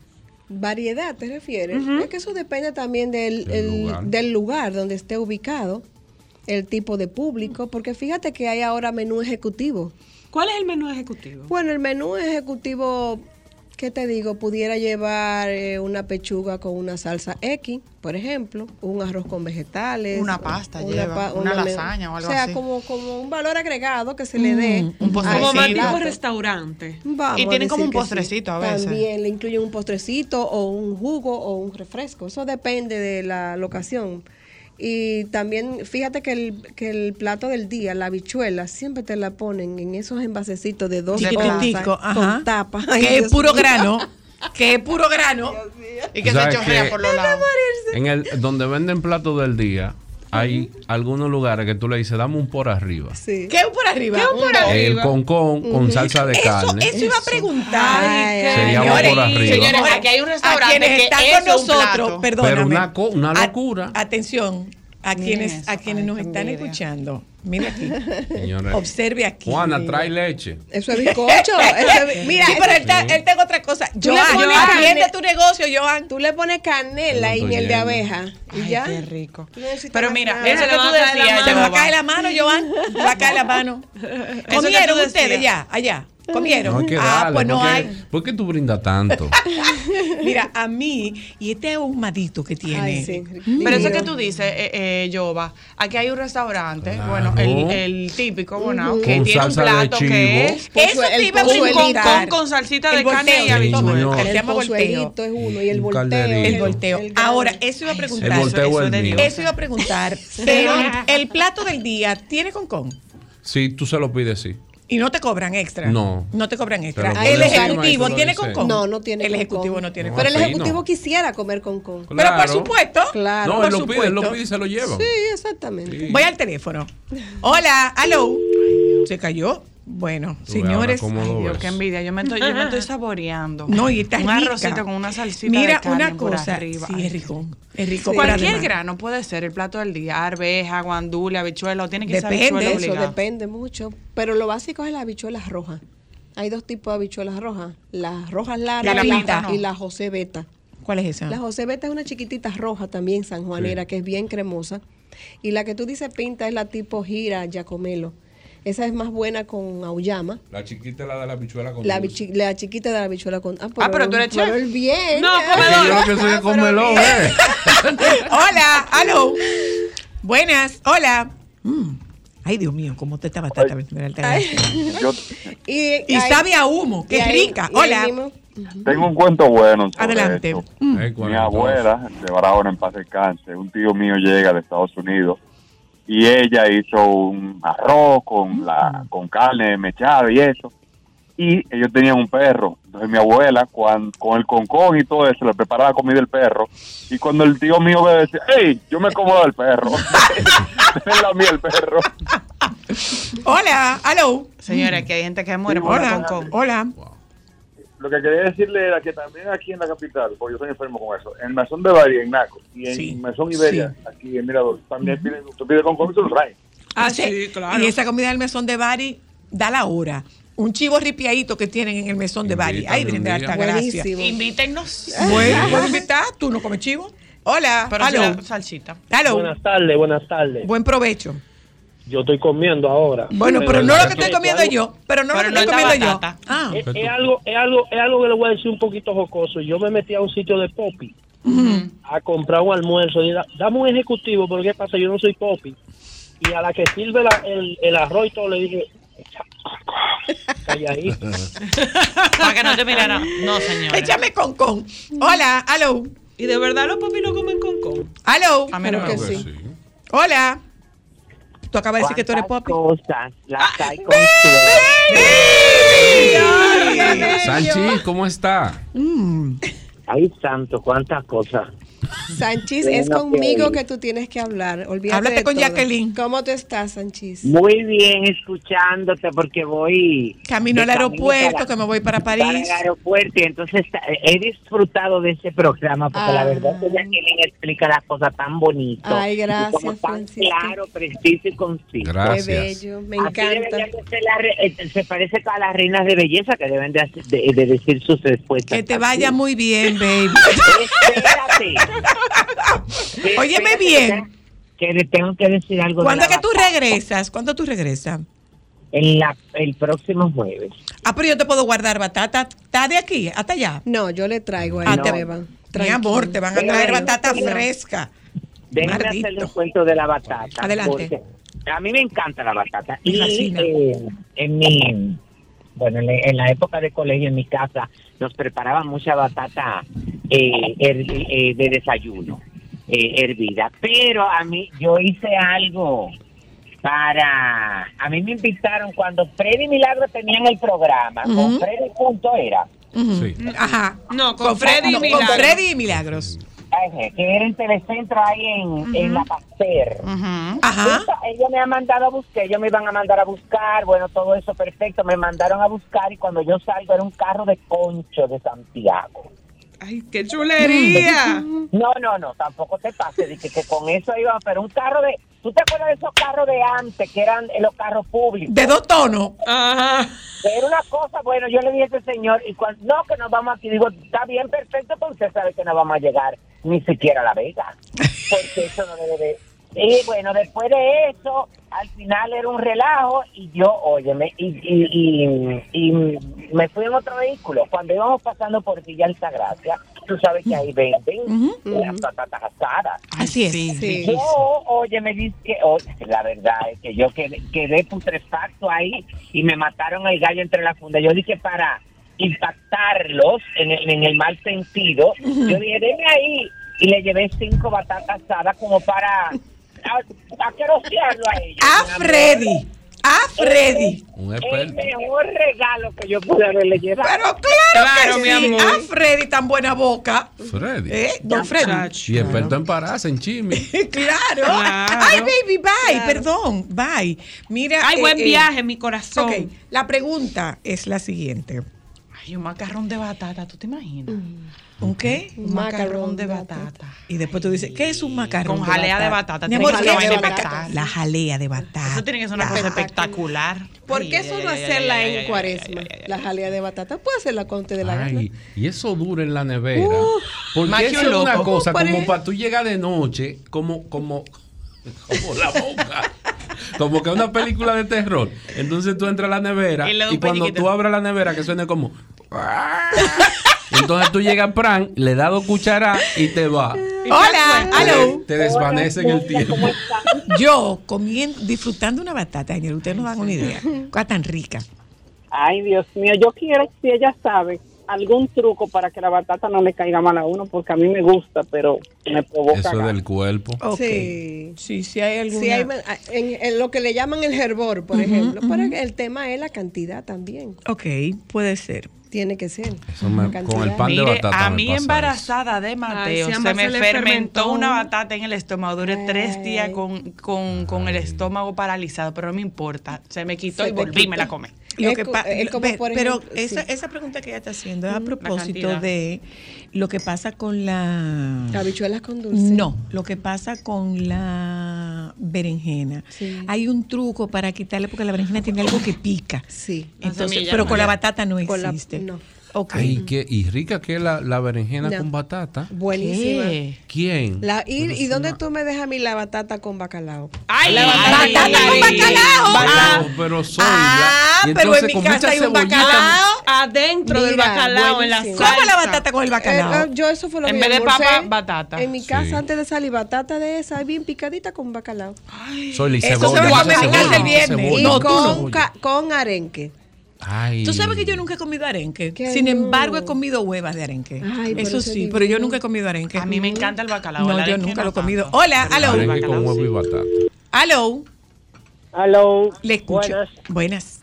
Variedad, ¿te refieres? Es que eso depende también del, Del el- lugar. del lugar donde esté ubicado, el tipo de público, porque fíjate que hay ahora menú ejecutivo. ¿Cuál es el menú ejecutivo? Bueno, el menú ejecutivo, ¿qué te digo? Pudiera llevar eh, una pechuga con una salsa X, por ejemplo, un arroz con vegetales. Una pasta lleva, una me- lasaña o algo O sea, así. como, como un valor agregado que se le dé. Mm, un a ese Como más tipo plato. restaurante. Vamos Y tienen a decir como un que sí. postrecito a veces. También le incluyen un postrecito o un jugo o un refresco. Eso depende de la locación. Y también fíjate que el, que el plato del día, la habichuela, siempre te la ponen en esos envasecitos de dos chiquitico, onzas ajá. con tapa. Ay, que es Dios puro mío. grano, que es puro grano. Y que se ¿Sabes chorrea qué? por los lados. En el, donde venden platos del día, hay algunos lugares que tú le dices, dame un por arriba. Sí. Que es por arriba. por El concón con salsa de Eso, carne. eso iba a preguntar. Ay, qué Se llama señores. por arriba. Señores, aquí hay un restaurante A quienes que están eso con es un nosotros, plato. perdóname. Pero una co- una A- locura. atención, a Miren quienes, eso, a quienes ay, nos qué están envidia. escuchando. Mira aquí. Señores. Observe aquí. Juana, trae leche. Eso es bizcocho. eso es- mira, sí, pero él, está- Sí. él tengo otra cosa. Tú le Joan, pones atiende carne. tu negocio, Joan. tú le pones canela y Estoy miel de lleno. abeja. Y Ay, ya. qué rico. Tú necesitas Pero más mira, nada. eso Ese que le tú va a caer la decías, mano. Se va Joan. Yoba. a caer la mano, Joan. Se va a caer la mano. que ¿Comieron tú ustedes decías. ya? Allá. ¿Comieron? No hay que ah, darle, pues no porque- hay. ¿Por qué tú brindas tanto? Mira, a mí, y este ahumadito que tiene. Ay, sí. Pero eso Mira. que tú dices, eh, eh, Yoba, aquí hay un restaurante, Claro. bueno, el, el típico, bueno, que Con tiene un salsa de plato que chivo. es Pozue- Eso te Pues, el iba a un pozuelito. preguntar. concón con salsita de El carne y volteo. habichuela. Señor. Se llama El volteo. pozuelito es uno y el Un volteo. calderito. El volteo. el grande. Ahora, eso iba a preguntar. El volteo Eso- eso es de mío. Dios. Eso iba a preguntar. Pero el plato del día tiene concón. Si tú se lo pides, sí. Y no te cobran extra. No. No te cobran extra. Pero por el encima eso ejecutivo lo tiene dice. concón. No, no tiene. El con ejecutivo con. no tiene Ah, No, concón. Pero el así ejecutivo no. quisiera comer con con. Pero por Claro. supuesto. Claro. No, por él lo pide, él lo supuesto. pide y se lo lleva. Sí, exactamente. Sí. Voy al teléfono. Hola, hello. Se cayó. Bueno, Tú ve ahora señores. cómo lo Ay, Dios, ves. qué envidia. Yo me estoy, yo me estoy saboreando. No, y está Un rica. arrocito con una salsita Mira, de carne una cosa. por arriba. Sí, es rico. Es rico. Sí. para Cualquier demás. grano puede ser el plato del día, arveja, guandule, habichuela, o tiene que Depende, ser habichuela Eso obligado. depende mucho. Pero lo básico es la habichuela roja. Hay dos tipos de habichuelas rojas. Las rojas largas La y, la, pinta, no. y la José Beta. ¿Cuál es esa? La José Beta es una chiquitita roja también sanjuanera, Sí. que es bien cremosa. Y la que tú dices pinta es la tipo gira Giacomelo. Esa es más buena con auyama. La chiquita la de la pichuela con La, dulce. bichi- la chiquita de la habichuela con... Ah, pero tú eres chef. el bien. No, Es que Yo comedor. lo que soy es comelón, ¿eh? Hola, hello. Buenas, hola. Mm. Ay, Dios mío, cómo te está bastante. Yo Y, Y ahí- sabe a humo, y qué ahí- rica. y ahí Hola. mismo- tengo un cuento bueno. sobre Adelante. esto. Mm. Eh, Mi cuarenta y dos. abuela, de Barahona, en paz descanse, un tío mío llega de Estados Unidos y ella hizo un arroz con la con carne mechada y eso. Y ellos tenían un perro. Entonces mi abuela, cuan- con el concón y todo eso, le preparaba comida del perro. Y cuando el tío mío me decía, hey, yo me como del perro. Es la mía el perro. Hola, hello. Señora, que hay gente que muere por Hola, la concón. hola. Lo que quería decirle era que también aquí en la capital, porque yo soy enfermo con eso, en Mesón de Varia, en Naco, y en Sí, Mesón Iberia, aquí en Mirador, también piden, tú pides con comida y te lo traen. Ah, Sí, sí, claro. Y esa comida del mesón de Bari da la hora. Un chivo ripiadito que tienen en el mesón de Bari. Invítame Ay, un brindar día. alta gracia. Buenísimo. Invítennos. Bueno, ¿puedo invitar? ¿Tú no comes chivo? Hola, Pero hello. será salsita. Hello. Buenas tardes, buenas tardes. Buen provecho. Yo estoy comiendo ahora. Bueno, pero no lo que estoy Esto es comiendo algo- yo. Pero no lo que Pero no estoy es la comiendo yo. batata. Ah, Es, es algo, es, algo, es algo que le voy a decir un poquito jocoso. Yo me metí a un sitio de Poppy a comprar un almuerzo. Y da- dame un ejecutivo, porque ¿qué pasa? Yo no soy Poppy. Y a la que sirve la- el, el arroz y todo, le dije, calla ahí. Para que no te mirara. No, señora. échame con con. Hola, hello. Y de verdad los popis no comen concón. Hello. A mí no me que gusta. sí. Hola. Tú acabas de decir que tú eres popi. Ah. cosas las hay con Sanchi, ¿cómo está? Ay, santo, cuántas cosas. Sanchis, Bueno, es conmigo ok. que tú tienes que hablar. Olvídate Háblate de con todo. Jacqueline. ¿Cómo tú estás, Sanchis? Muy bien, escuchándote porque voy... Camino de al aeropuerto, para- que me voy para París. Para el aeropuerto y entonces está- he disfrutado de este programa porque Ah. la verdad es que Jacqueline explica las cosas tan bonito. Ay, y gracias, como tan Francisco. claro, preciso y conciso. Qué Gracias. bello, me Así encanta. deberían de ser las re- eh, se parece a las reinas de belleza que deben de, hacer- de- de decir sus respuestas. Que te vaya muy bien, baby. Espérate. Óyeme Espérate, bien. Que le tengo que decir algo. de ¿Cuándo la es que tú vaca. regresas? ¿Cuándo tú regresas? En la- el próximo jueves. Ah, pero yo te puedo guardar batata. Está de aquí hasta allá. No, yo le traigo a Ah, él te- nueva. Mi amor, te van a Pero traer bueno, batata pero- fresca. Déjenme Maldito. hacerle el cuento de la batata. Adelante. porque A mí me encanta la batata. Me Y fascina. eh, en mi. Bueno, en la- en la época de colegio, en mi casa, nos preparaban mucha batata eh, hervi- eh, de desayuno, eh, hervida. Pero a mí, yo hice algo para. A mí me invitaron cuando Freddy y Milagro tenían el programa, con Freddy Punto era. Sí. Ajá. No, con, Freddy no, y Milagro. Con Freddy y Milagros. eh, que era en Telecentro ahí en, en la Pasteur. Ujú. Ajá. Listo, ellos me han mandado a buscar, ellos me iban a mandar a buscar, bueno, todo eso perfecto, me mandaron a buscar y cuando yo salgo era un carro de concho de Santiago. Ay, qué Mm. chulería. No, no, no, tampoco te pases, dije que con eso iba, pero un carro de... ¿Tú te acuerdas de esos carros de antes, que eran eh, los carros públicos? De dos tonos. Ajá. Era una cosa, bueno, yo le dije a ese señor, y cuando, no, que nos vamos aquí, digo, está bien, perfecto, pero usted sabe que no vamos a llegar ni siquiera a la Vega, porque eso no debe de... Y bueno, después de eso, al final era un relajo, y yo, óyeme, y, y, y, y me fui en otro vehículo. Cuando íbamos pasando por Villa Altagracia, tú sabes que ahí venden las patatas asadas. Así es. Sí. Yo, oye, me dice que, oye, la verdad es que yo quedé, quedé putrefacto ahí y me mataron el gallo entre la funda. Yo dije para impactarlos en el, en el mal sentido, yo dije, denme ahí. Y le llevé cinco batatas asadas como para a- aquerosearlo a ellos. A Mi amor. Ah, Freddy. A Freddy. Un El experto. mejor regalo que yo pude haberle llevado. Pero claro, Claro, que mi sí. amor. A Freddy, tan buena boca. Freddy. ¿Eh? Don Freddy. Y experto en paradas, en chisme. Claro. Claro. Ay, baby, bye. Perdón, bye. Mira. Ay, eh, buen eh, viaje, mi corazón. ok, la pregunta es la siguiente. Ay, un macarrón de batata, ¿tú te imaginas? Mm. ¿Un qué? Un macarrón Macarrón de de batata. Y después tú dices, ¿qué es un macarrón? Con jalea de batata. Mi Tiene amor, que ¿qué ser es una un vaina macarrón? espectacular. La jalea de batata. Eso tiene que ser una cosa espectacular. ¿Por Ay, qué ay, eso ay, no ay, hacerla ay, ay, en ay, cuaresma? ay, ay, ay, La jalea de batata. Puede hacerla cuando te dé la gana. Ay, y eso dura en la nevera. más Porque que eso un es una loco. cosa, Parece- como para tú llegar de noche, como, como, como la boca. Como que una película de terror. Entonces tú entras a la nevera Y le da y, un cuando pellizquito. tú abres la nevera que suene como... Entonces tú llegas a Pran, le das dos cucharadas y te va. Hola, hello. Te desvanece en el tiempo. Yo comiendo, disfrutando una batata, señor. Ustedes no dan una idea. Cosa tan rica. Ay, Dios mío, yo quiero, si ella sabe, algún truco para que la batata no le caiga mal a uno, porque a mí me gusta, pero me provoca. Eso es ganas. del cuerpo. Sí. Sí, sí hay alguna. Sí, hay ma- en, en lo que le llaman el hervor, por ejemplo. Pero el tema es la cantidad también. Ok, puede ser. Tiene que ser. Eso me- La cantidad. Ah, con el pan de Mire, batata. a me mí pasa eso. embarazada de Mateo Ay, sí, a se Mar me se le fermentó fermentó. una batata en el estómago. Duré tres días con, con, con el Ay. estómago paralizado, pero no me importa. Se me quitó Se y te volví y me la quitó. comí. Es co- pa- es como, ve- por pero ejemplo, esa, sí. Mm, esa pregunta que ella está haciendo es a propósito cantidad. de lo que pasa con la Habichuelas con dulce. No, lo que pasa con la berenjena. Sí. Hay un truco para quitarle porque la berenjena tiene algo que pica. Sí. La Entonces, semilla. pero con la batata no Con la- existe. no. Ok. Ay, qué, y rica que es la, la berenjena No. con batata. Buenísima. ¿Quién? La, y, Pero es ¿Y dónde una- tú me dejas a mí la batata con bacalao? ¡Ay! La batata con bacalao. Bacalao, pero soy. Ah, y pero en entonces mi con casa mucha hay un cebollita, bacalao. Adentro del Mira, bacalao, en la buenísimo. salsa. ¿Cómo la batata con el bacalao? Eh, eh, yo eso fue lo En que vez de almorcé. papa, batata. En mi Sí. casa antes de salir, batata de esa, bien picadita con bacalao. Soy y Eso se cebolla, va a mucha comer en cebolla, casa el mucha viernes. cebolla, y no, mucha con, cebolla. ca- con arenque. Ay. Tú sabes que yo nunca he comido arenque. Qué Sin no. embargo, he comido huevas de arenque. Ay, por eso eso sí, digo. pero yo nunca he comido arenque. A mí me encanta el bacalao. No, la yo arenque nunca no lo he comido. tanto. Hola, Pero aló, Arenque con bacalao, huevo sí. y batata. aló. Aló. Le escucho. Buenas. Buenas.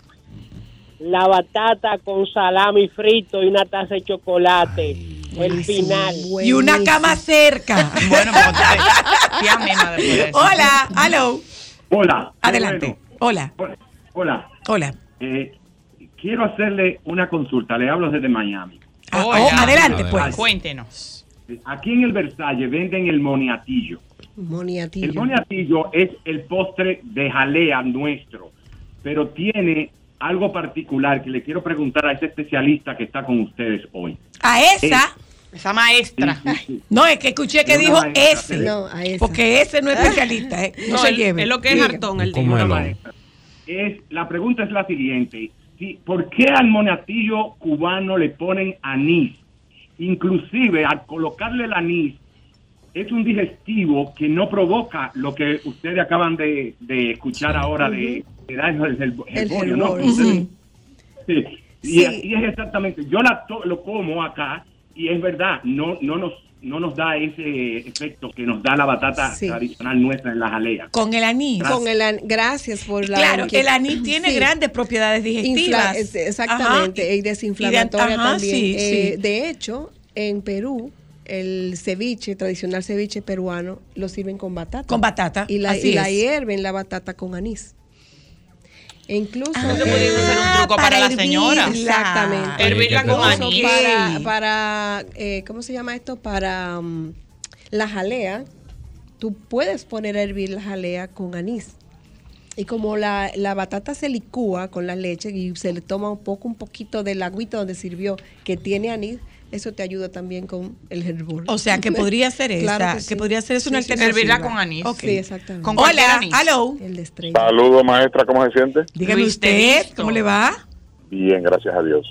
La batata con salami frito y una taza de chocolate. el final. Y una cama cerca. Bueno, pero te- tía misma después de eso. Hola, aló. Hola. Adelante. Hola, Hola. Hola. hola. Eh, quiero hacerle una consulta. Le hablo desde Miami. Eh, Ah, Hola. oh, adelante, Ah, pues. Cuéntenos. Aquí en el Versalles venden el moniatillo. Moniatillo. El moniatillo es el postre de jalea nuestro, pero tiene algo particular que le quiero preguntar a ese especialista que está con ustedes hoy. A esa, Esa maestra. Sí, sí, sí. no, es que escuché que No, dijo maestra, ese. No, a esa. Porque ese no es especialista, ¿eh? No, No, se el- lleve. Es lo que es hartón el día. ¿Cómo Una es? maestra. Es, la pregunta es la siguiente. Si, ¿Por qué al monatillo cubano le ponen anís? Inclusive al colocarle el anís, es un digestivo que no provoca lo que ustedes acaban de, de escuchar ahora de, de dar el, el- el bollo, ¿no? hervor, sí. Sí. Y Sí. así es exactamente. Yo la to- lo como acá y es verdad, no, no, nos, no nos da ese efecto que nos da la batata Sí. tradicional nuestra en la jalea. Con el anís. Con el an- gracias por la Claro, que- el anís tiene Sí. grandes propiedades Infla- digestivas. es- exactamente, Ajá, y desinflamatoria ajá, también. sí, Eh, sí. De hecho, en Perú, el ceviche, tradicional ceviche peruano, lo sirven con batata. Con batata, Y la, así y la es. hierven la batata con anís. E incluso. Ah, Eso pudiese ser un truco para, la señora. hervirla. Exactamente. Hervirla Ay, qué con Incluso para, anís. para, eh, ¿cómo se llama esto? Para mm, la jalea, tú puedes poner a hervir la jalea con anís. Y como la, la batata se licúa con la leche y se le toma un poco, un poquito del agüita donde sirvió, que tiene anís, eso te ayuda también con el hervor. O sea, que podría ser esa, Claro que, sí. podría ser esa una Sí, sí, alternativa. Hervirla con anís. Ok. Sí, exactamente. Con cualquier Hola, anís. aló. El de estrella. Saludos, maestra, ¿cómo se siente? Dígame Luis, te usted, visto. ¿cómo le va? Bien, gracias a Dios.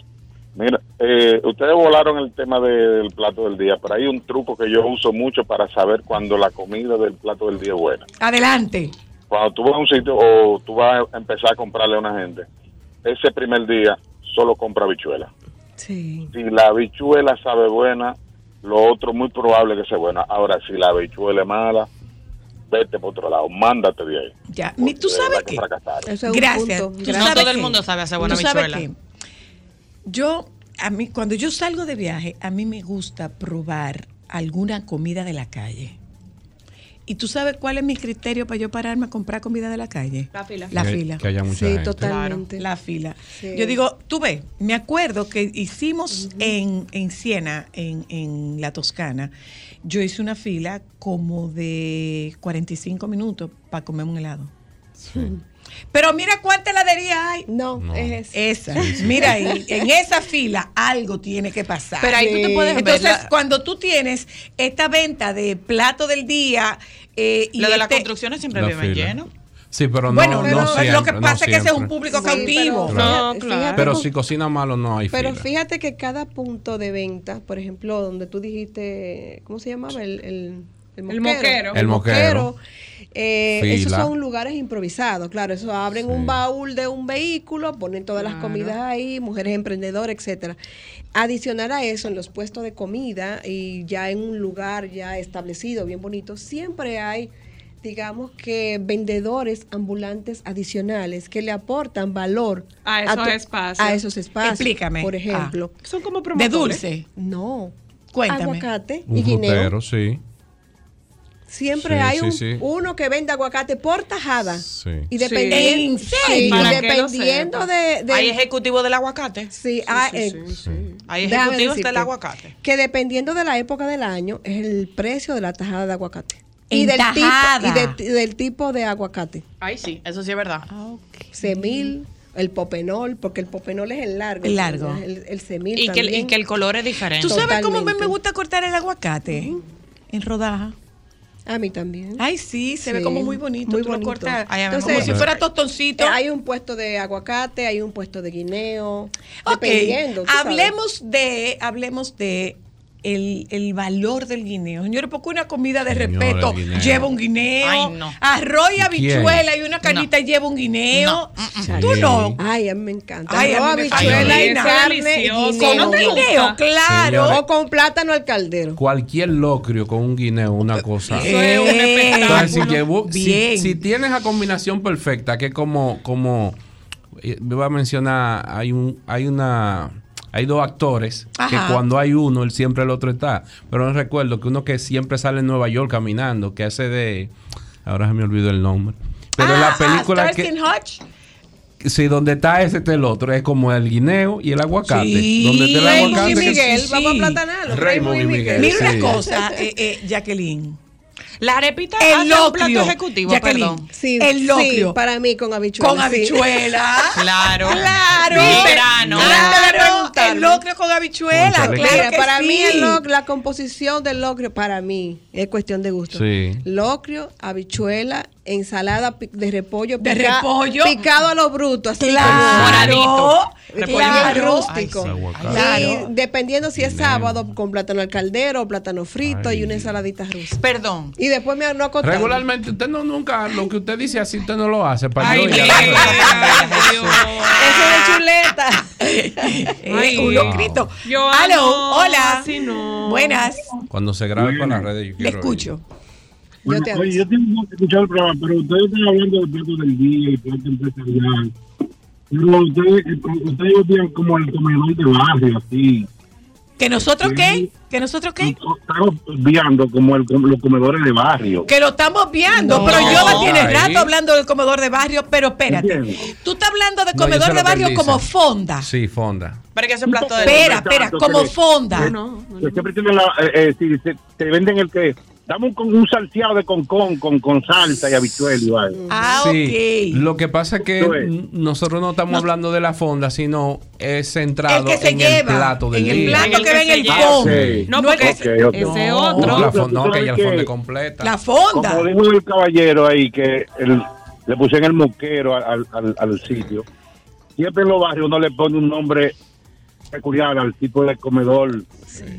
Mira, eh, ustedes volaron el tema de- del plato del día, pero hay un truco que yo uso mucho para saber cuando la comida del plato del día es buena. Adelante. Cuando tú vas a un sitio o tú vas a empezar a comprarle a una gente, ese primer día solo compra habichuela. Sí. Si la habichuela sabe buena, lo otro muy probable que sea buena. Ahora, si la habichuela es mala, vete por otro lado, mándate de ahí. Ya, mi- tú Porque de sabes verdad qué. fracasaron. Eso es Gracias. un punto. Tú No sabes todo el qué. mundo sabe hacer buena Tú sabes habichuela. qué. Yo, a mí, cuando yo salgo de viaje, a mí me gusta probar alguna comida de la calle. ¿Y tú sabes cuál es mi criterio para yo pararme a comprar comida de la calle? La fila. La Que- fila. Que haya mucha Sí, gente. totalmente. La fila. Sí. Yo digo, tú ves, me acuerdo que hicimos en, en Siena, en, en la Toscana, yo hice una fila como de 45 minutos para comer un helado. Sí. Pero mira cuánta heladería hay. No, No. es eso. Esa, mira ahí, en esa fila algo tiene que pasar. Pero ahí tú te puedes ver Entonces, la- cuando tú tienes esta venta de plato del día eh, y Lo de las este- construcciones siempre La viven fila. lleno. Sí, pero no, bueno, no pero siempre, lo que no pasa es que ese es un siempre. público Sí, cautivo. pero fíjate- No, claro. fíjate Pero con- si cocina malo no hay Pero fila. fíjate que cada punto de venta, por ejemplo, donde tú dijiste, ¿cómo se llamaba? El, el, El moquero. El moquero. Eh, Fila. esos son lugares improvisados, claro. Eso abren un baúl de un vehículo, ponen todas las comidas ahí, mujeres emprendedoras, etcétera. Adicional a eso, en los puestos de comida y ya en un lugar ya establecido, bien bonito, siempre hay digamos que vendedores ambulantes adicionales que le aportan valor A esos tu- espacios. a esos espacios. Explícame. Ah. Por ejemplo, Son como De promotores. dulce. no. Cuéntame. Aguacate y Un guineo. frutero, sí. Siempre Sí, hay sí, un- sí. uno que vende aguacate por tajada. Sí. Y dependiendo, ¿En serio? Sí, y Para que lo dependiendo sepa. de, de- Hay ejecutivos del aguacate. sí, ah, eh, Hay déjame ejecutivos decirte del aguacate. Que dependiendo de la época del año es el precio de la tajada de aguacate. y En del tajada. tipo y de- y del tipo de aguacate. Ay, sí, eso sí es verdad. Semil, el popenol, porque el popenol es el largo. El largo. El, el semil Y que, el, y también. que el color es diferente. ¿Tú sabes cómo a mí me Totalmente. gusta cortar el aguacate? En rodaja. A mí también. Ay, sí, se ve Sí, como muy bonito. muy Tú lo bonito. cortas Ay, a mí me como gusta. si fuera tostoncito. Eh, Hay un puesto de aguacate, hay un puesto de guineo. Ok, Dependiendo. tú sabes. hablemos de, hablemos de el, el valor del guineo. Señores, porque una comida de Señores, respeto guineo. lleva un guineo, Ay, no. arroz y quién? habichuela y una canita lleva un guineo. mm, Tú Sí. no. Ay, a mí me encanta. Ay, a Arroz, mí me habichuela fascina. y Eso es carne, delicioso. guineo. Con un guineo, claro. Señores. O con plátano al caldero. Cualquier locrio con un guineo, una cosa. Eh, Entonces, si, llevó- si- Bien. si tienes la combinación perfecta, que como, como eh, me va a mencionar, hay un, hay una, hay dos actores Ajá. que cuando hay uno, él siempre el otro está. Pero no recuerdo que uno que siempre sale en Nueva York caminando, que hace de, ahora se me olvidó el nombre. Pero en la Ah, película Starsky que, and Hutch. sí, donde está ese está el otro, es como el guineo y el aguacate. Sí. Donde está el Raymond aguacate y que- Miguel, vamos a platanarlo. Raymond y Miguel. Mira sí. una cosa, eh, eh, Jacqueline. La arepita El hace un plato locrio. ejecutivo, Jacqueline, perdón. Sí, el locrio. sí, para mí con habichuela. con sí. habichuela. Claro. Claro. Verano. Claro, Antes de preguntarme. el locrio con habichuela. Cónchale. Claro Mira, que para sí. mí el loc- la composición del locrio, para mí, es cuestión de gusto. Sí. Locrio, habichuela, ensalada pi- de repollo. De repollo. Picado a lo bruto, así Claro, como Repollo bien claro. rústico. Ay, sí, aguacate. Claro. Ah. Y dependiendo si es Bien. sábado, con plátano al caldero, o plátano frito Ay. y una ensaladita rusa. Perdón. Y después me no contamos. Regularmente usted no nunca lo que usted dice así usted no lo hace para Ay, yo Dios. ya lo sé. Ah. Eso de chuleta. Eh, uno grito. Yo Aló, no, hola. así no. Buenas. Cuando se grabe con las redes yo Le quiero escucho. Yo Bueno, te oye, aviso. yo tengo que escuchar el programa, pero ustedes están hablando del plato del día y plato empresarial. Pero ustedes, eh, ustedes odian como el comedor de barrio, así. ¿Que nosotros qué? ¿Que nosotros qué? Están obviando como el, como los comedores de barrio. Que lo estamos viendo, pero No, yo tiene ahí. rato hablando del comedor de barrio, pero espérate. Entiendo. Tú estás hablando de No, yo comedor sé lo de que barrio él como dice. fonda. Sí, fonda. Para que es un plato de. Espera, espera, eh, como fonda. No, no, Que siempre tienen la, eh, eh, si se- te venden el que dame un, con- un salseado de concón con, con salsa y habichuel y vaina. Ah, Sí. ok. Lo que pasa es que Eso es. n- nosotros no estamos hablando de la fonda, sino es El centrado que se en lleva. el plato del en el día. plato En el que que ve en se el lleva. fondo. Sí. No, No, porque es- Ok, ok. ese No. No, otro. la fonda, no, que ya la ¿Tú sabes fonda qué? completa. La fonda. Como dijo el caballero ahí, que el- le pusieron el moquero al, al, al sitio. Siempre en los barrios uno le pone un nombre peculiar al tipo de comedor. donde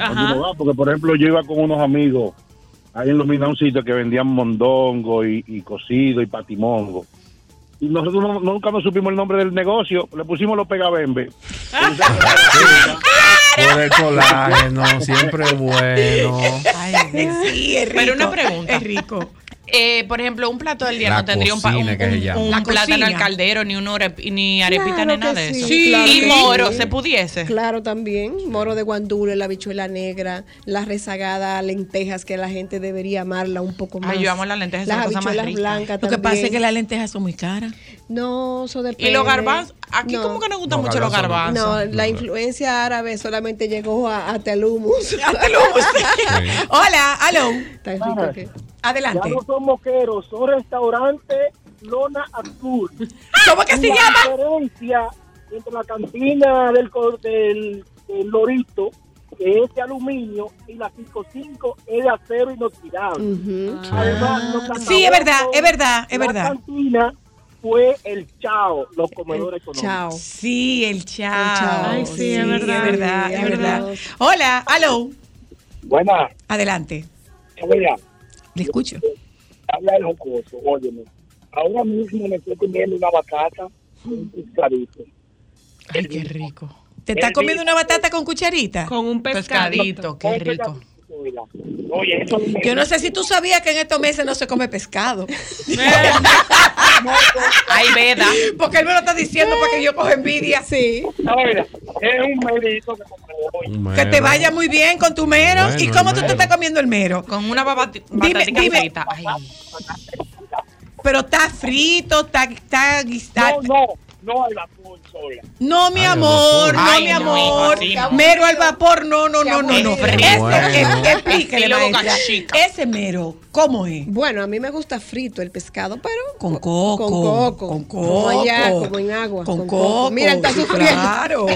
Ajá. uno va, porque, por ejemplo, yo iba con unos amigos ahí en los Mina, un sitio que vendían mondongo y, y cocido y patimongo. Y nosotros no- nunca nos supimos el nombre del negocio, le pusimos los pegabembe. Por el colágeno, siempre es bueno. Sí, es rico. Pero una pregunta. Es rico. Eh, por ejemplo, un plato del día La no tendría un, pa- cocina un- que se un- llama. un La plátano cocina. al caldero, ni, un ore- ni arepita, Claro ni nada que de sí, eso. claro y que moro, sí. se pudiese. Claro, también. Moro de guandule, la bichuela negra, la rezagada, lentejas, que la gente debería amarla un poco más. Ay, yo amo las lentejas, Las son las cosas más habichuelas ricas. blancas Lo que también. pasa es que las lentejas son muy caras. No, eso depende. Y los garbanzos. Aquí, No. como que nos gustan Los mucho los garbanzos garbanzos. No, No, la influencia árabe solamente llegó a, hasta el hummus. Hasta luego. Hola, aló. Tan rico que- Adelante. son moqueros, son restaurantes Lona Azul. ¿Cómo que se llama? diferencia entre la cantina del, cor- del, del Lorito, que es de aluminio, y la 55 es de acero inoxidable. Ah. Ujú. Además, los Sí, es verdad, catabotos, es verdad, es la verdad. cantina fue el chao, los comedores económicos. Chao. Sí, el chao. chao. Ay, sí, es verdad, Es verdad, sí, es es verdad. verdad. Hola, aló. Buena, Adelante. mira, Le escucho. habla el jocoso, óyeme. Ahora mismo me estoy comiendo una batata con cucharito. Ay, qué rico. ¿Te estás comiendo una batata con cucharita? Con un pescadito. Pescadito, qué rico. Oye, eso me- Yo no sé si tú sabías que en estos meses no se come pescado. Ay, veda. Porque él me lo está diciendo para que yo coja envidia. Sí. Oiga, es un medito que compré hoy. Que te vaya muy bien con tu mero. Bueno, ¿Y cómo tú te bueno. estás comiendo el mero? Con una babati- Dime, batatica dime. frita. Ay. Pero está frito, está, está guisado. No, no, no al vapor sola. No, mi Ay, al amor, vapor. no, Ay, mi no, amor. hijo, sí, no. Mero al vapor, no, no, no, no, Este, no. Qué aburrido. Ese, Bueno. Ah, que- explíquele, Estilo boca maestra. chica. Ese mero, ¿cómo es? Bueno, a mí me gusta frito el pescado, pero Con coco. Con coco. Con Como coco. allá, como en agua. Con, con coco. coco. Mira, él está sí, sufriendo. Claro,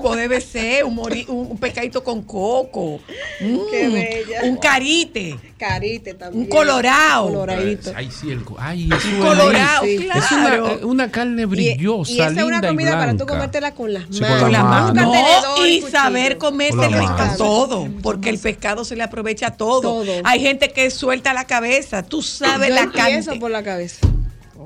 como debe ser, un, mori- un, un pescadito con coco. Mm, Qué bella. Un carite. carite también. Un colorado. Coloradito. Ay, sí, el co- ay, eso es Colorado, ahí. Es una, claro. eh, una carne brillosa, y, y esa es una linda y comida para tú blanca. comértela con las Sí, manos. con las manos. Nunca No, tenedor, y cuchillo. saber comérselo Con la mano. a todo, porque el pescado se le aprovecha a todo. Todo. Hay gente que suelta la cabeza, tú sabes Yo la empiezo cantidad. por la cabeza.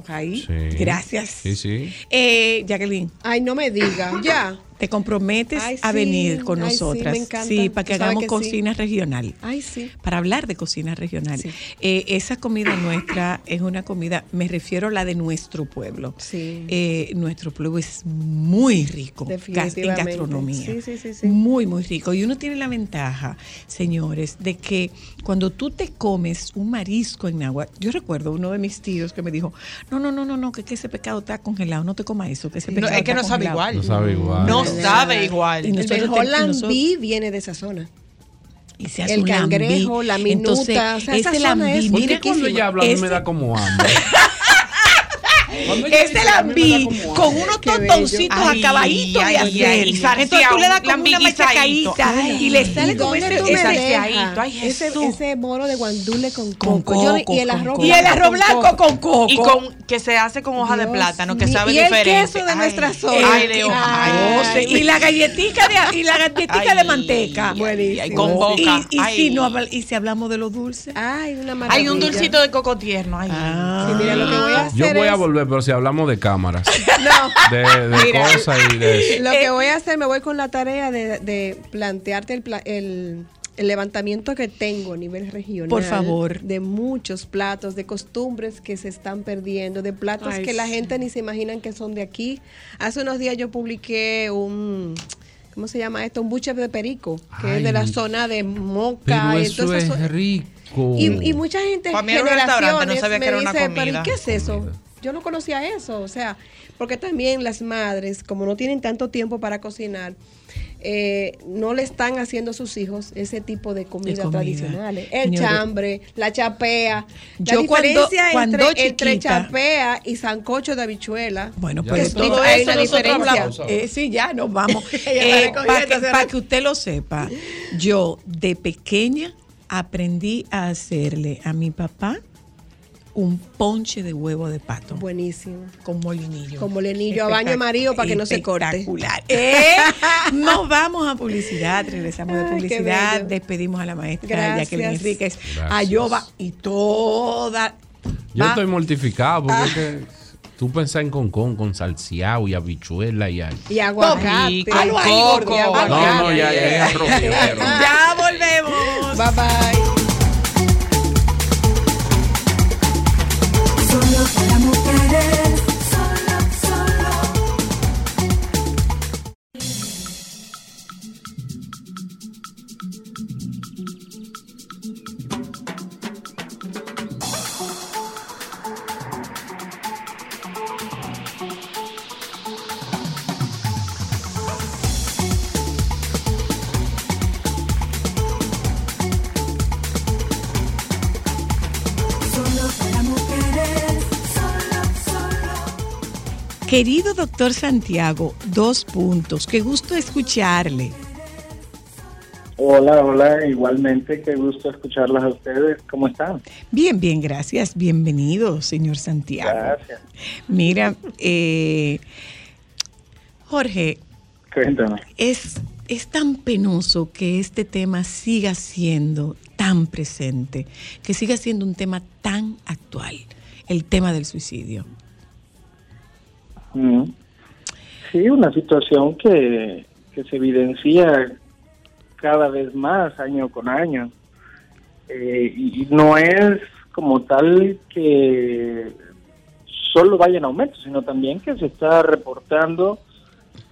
Ahí, Sí. gracias. Sí, sí. Eh, Jacqueline, Ay, no me diga. Ya. te comprometes Ay, a sí, venir con ay, sí, nosotras. me encanta. para que Tú sabes hagamos que sí. cocina regional. Ay, sí. Para hablar de cocina regional. Sí. Eh, esa comida nuestra es una comida, me refiero a la de nuestro pueblo. Sí. Eh, nuestro pueblo es muy rico gas- en Definitivamente. gastronomía. Sí, sí, sí, sí. Muy, muy rico. Y uno tiene la ventaja, señores, de que cuando tú te comes un marisco en agua, yo recuerdo uno de mis tíos que me dijo, no, no, no, no, no, que, que ese pescado está congelado, no te comas eso, que ese No, pescado es que está no sabe congelado". igual. Mm. No sabe igual. No Ay, sabe ay. igual. Y El nosotros del te- y Holland nosotros- Bee viene de esa zona. Y se hace El un lambí. cangrejo, la minuta, o Entonces, sea, esa ese zona lambí, es ¿Por mira, qué cuando ella habla a mí me da como hambre? Cuando ella Ese dice, a mí me da lambí como hambre. con unos Qué bello. tontoncitos Ay, acabaditos ay, de ay, hacer. ay, Entonces tú le das como lambí una guisadito. machacaíta y le sale ¿Y como dónde ese tú me ese- dejas? aseadito, ay, ese, Jesús. ese bolo de guandule con con coco. pues Yo- coco, y el con arroz coco. Y el arroz blanco con coco. Y con que se hace con hoja de Dios plátano, que mío. sabe Y el diferente. queso de Ay. nuestra zona. Ay, de hoja. Ay. Oh, sí. y la galletica de y la galletica Ay, de manteca. Buenísimo. ay, con boca. Y, y Ay. si no habla- y si hablamos de los dulces. Ay, una maravilla. Ah. Hay un dulcito de coco tierno. Ay. Ah, Sí, mira, lo que voy a hacer Yo voy a es- volver, pero si hablamos de cámaras, No. de, de Mira. cosas y de... Lo que voy a hacer, me voy con la tarea de, de plantearte el, pla- el- el levantamiento que tengo a nivel regional. Por favor. De muchos platos, de costumbres que se están perdiendo, de platos Ay, que la sí. gente ni se imaginan que son de aquí. Hace unos días yo publiqué un... ¿Cómo se llama esto? Un buche de perico, que es de la Ay, zona de Moca. Pero y eso todas esas zo- es rico. Y, y mucha gente, Para mí era un restaurante, generaciones, no sabía me que era una dice, comida". pero ¿y qué es eso? Comida. Yo no conocía eso, o sea, porque también las madres, como no tienen tanto tiempo para cocinar, eh, no le están haciendo a sus hijos ese tipo de comida, comida. tradicionales. El Señores. chambre, la chapea. La Yo cuando- diferencia cuando entre, entre chiquita- chapea y sancocho de habichuela. Bueno, Ya pero está. todo Hay eso una nosotros diferencia. hablamos. Eh, sí, ya nos vamos. Eh, para que, para que usted lo sepa, yo de pequeña aprendí a hacerle a mi papá un ponche de huevo de pato Buenísimo. con molinillo. Con molinillo, a baño amarillo para que no se corte. Espectacular. Eh, Nos vamos a publicidad, regresamos de Ay, Ah, qué publicidad, bello. despedimos a la maestra Gracias. Jacqueline Enríquez, Gracias. a Yoba y toda. Yo va- estoy mortificado porque es que tú pensás en concón con salseado y habichuela y ahí. Y aguacate. Con Algo ahí, coco. gordo, algo No, ahí. no, ya, ya, es arroz, ya, es arroz. Ya volvemos. Bye bye. Solo para mujeres, solo, solo. Solo para mujeres, solo, solo. Querido doctor Santiago, dos puntos. Qué gusto escucharle. Hola, hola, igualmente, qué gusto escucharlas a ustedes. ¿Cómo están? Bien, bien, gracias. Bienvenido, señor Santiago. Gracias. Mira, eh, Jorge, Cuéntame. es es tan penoso que este tema siga siendo tan presente, que siga siendo un tema tan actual, el tema del suicidio. Mm. Sí, una situación que, que se evidencia cada vez más año con año. Eh, y no es como tal que solo vaya en aumento, sino también que se está reportando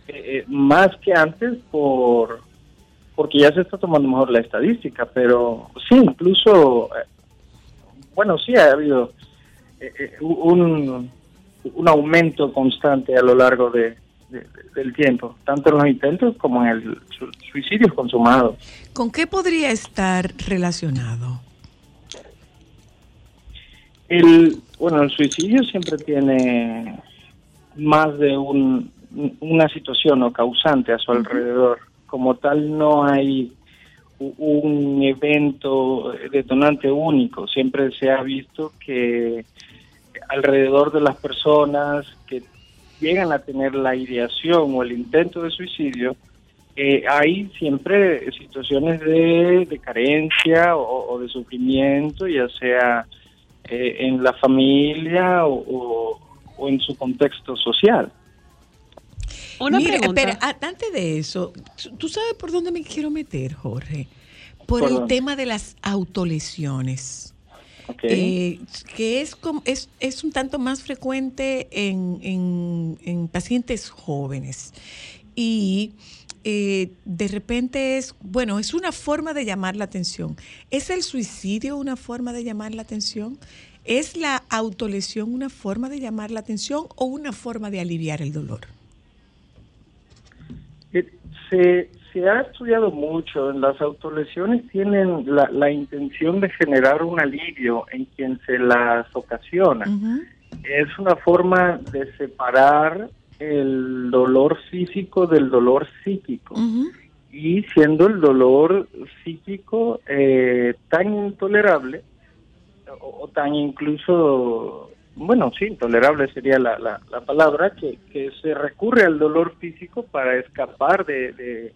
eh, más que antes por porque ya se está tomando mejor la estadística, pero sí, incluso, eh, bueno, sí ha habido eh, un, un aumento constante a lo largo de, de- del tiempo, tanto en los intentos como en el su- suicidio consumado. ¿Con qué podría estar relacionado? El, bueno, el suicidio siempre tiene más de un, una situación o causante a su alrededor. Como tal, no hay u- un evento detonante único. Siempre se ha visto que alrededor de las personas que llegan a tener la ideación o el intento de suicidio, eh, hay siempre situaciones de, de carencia o, o de sufrimiento, ya sea eh, en la familia o, o- o en su contexto social. Una Mira, pregunta. espera, a- antes de eso, tú- tú sabes por dónde me quiero meter, Jorge, por ¿Por el dónde? tema de las autolesiones. ¿ok? eh, que es, com- es, es un tanto más frecuente en, en- en pacientes jóvenes. Y eh, de repente es, bueno, es una forma de llamar la atención. ¿Es el suicidio una forma de llamar la atención? ¿Es la autolesión una forma de llamar la atención o una forma de aliviar el dolor? Eh, se, se ha estudiado mucho, en las autolesiones tienen la, la intención de generar un alivio en quien se las ocasiona. Ujú. Es una forma de separar el dolor físico del dolor psíquico. Ujú. y siendo el dolor psíquico eh, tan intolerable o, o tan incluso, bueno, sí, intolerable sería la, la- la palabra, que, que se recurre al dolor físico para escapar de, de,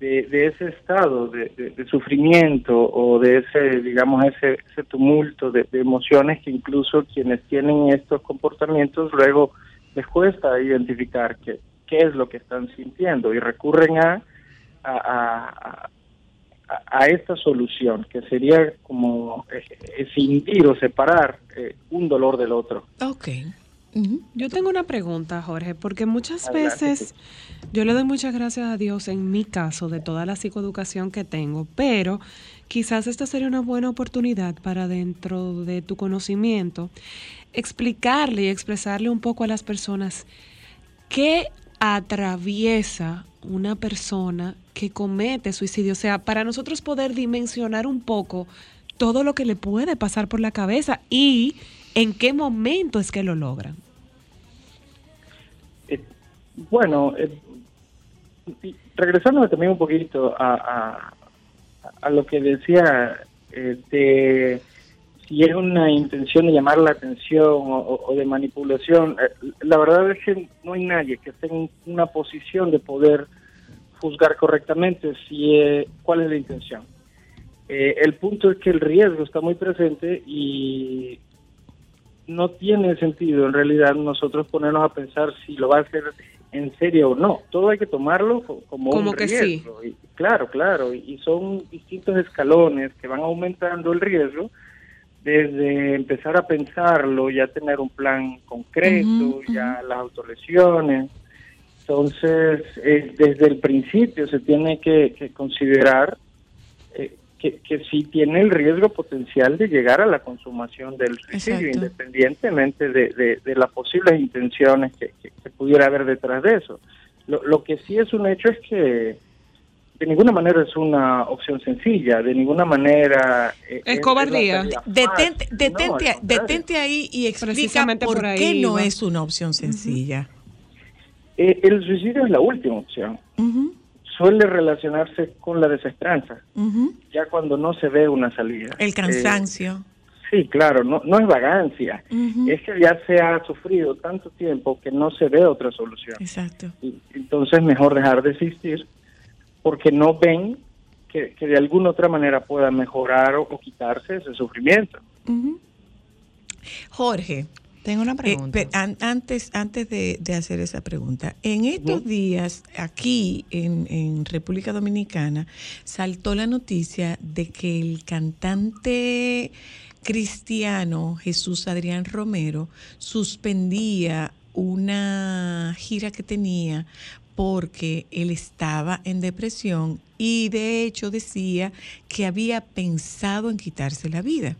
de- de ese estado de, de- de sufrimiento o de ese, digamos, ese, ese tumulto de, de emociones que incluso quienes tienen estos comportamientos luego les cuesta identificar qué, qué es lo que están sintiendo y recurren a, a, a- a- a esta solución, que sería como eh, escindir o separar eh, un dolor del otro. Ok. Ujú. Yo tengo una pregunta, Jorge, porque muchas Adelante, veces yo le doy muchas gracias a Dios en mi caso de toda la psicoeducación que tengo, pero quizás esta sería una buena oportunidad para dentro de tu conocimiento explicarle y expresarle un poco a las personas qué atraviesa una persona que comete suicidio, o sea, para nosotros poder dimensionar un poco todo lo que le puede pasar por la cabeza y en qué momento es que lo logran. Eh, bueno, eh, y regresando también un poquito a, a- a lo que decía eh, de si es una intención de llamar la atención o, o- o de manipulación, eh, la verdad es que no hay nadie que esté en una posición de poder juzgar correctamente si eh, cuál es la intención. Eh, el punto es que el riesgo está muy presente y no tiene sentido en realidad nosotros ponernos a pensar si lo va a hacer en serio o no. Todo hay que tomarlo co- como, Como un que sí. riesgo. Y- claro, claro. Y, y son distintos escalones que van aumentando el riesgo desde empezar a pensarlo, ya tener un plan concreto, Ujú, ya las autolesiones. Entonces, eh, desde el principio se tiene que, que considerar eh, que, que sí tiene el riesgo potencial de llegar a la consumación del suicidio, Exacto. independientemente de, de- de las posibles intenciones que, que- que pudiera haber detrás de eso. Lo, lo que sí es un hecho es que de ninguna manera es una opción sencilla, de ninguna manera... eh, Es la cobardía. salida fácil. Detente, No, detente, al contrario. detente ahí y explica Precisamente por, por ahí qué no iba. es una opción sencilla. Eh, el suicidio es la última opción. Ujú, Suele relacionarse con la desesperanza, ujú. ya cuando no se ve una salida. El cansancio. Eh, sí, claro, no, no es vagancia. Ujú, Es que ya se ha sufrido tanto tiempo que no se ve otra solución. Exacto. Y- Entonces, mejor dejar de existir porque no ven que, que de alguna otra manera pueda mejorar o, o quitarse ese sufrimiento. Ujú. Jorge, Tengo una eh, pregunta. pe- an- antes, antes de, de hacer esa pregunta, en estos días aquí en, en República Dominicana saltó la noticia de que el cantante cristiano Jesús Adrián Romero suspendía una gira que tenía porque él estaba en depresión y de hecho decía que había pensado en quitarse la vida.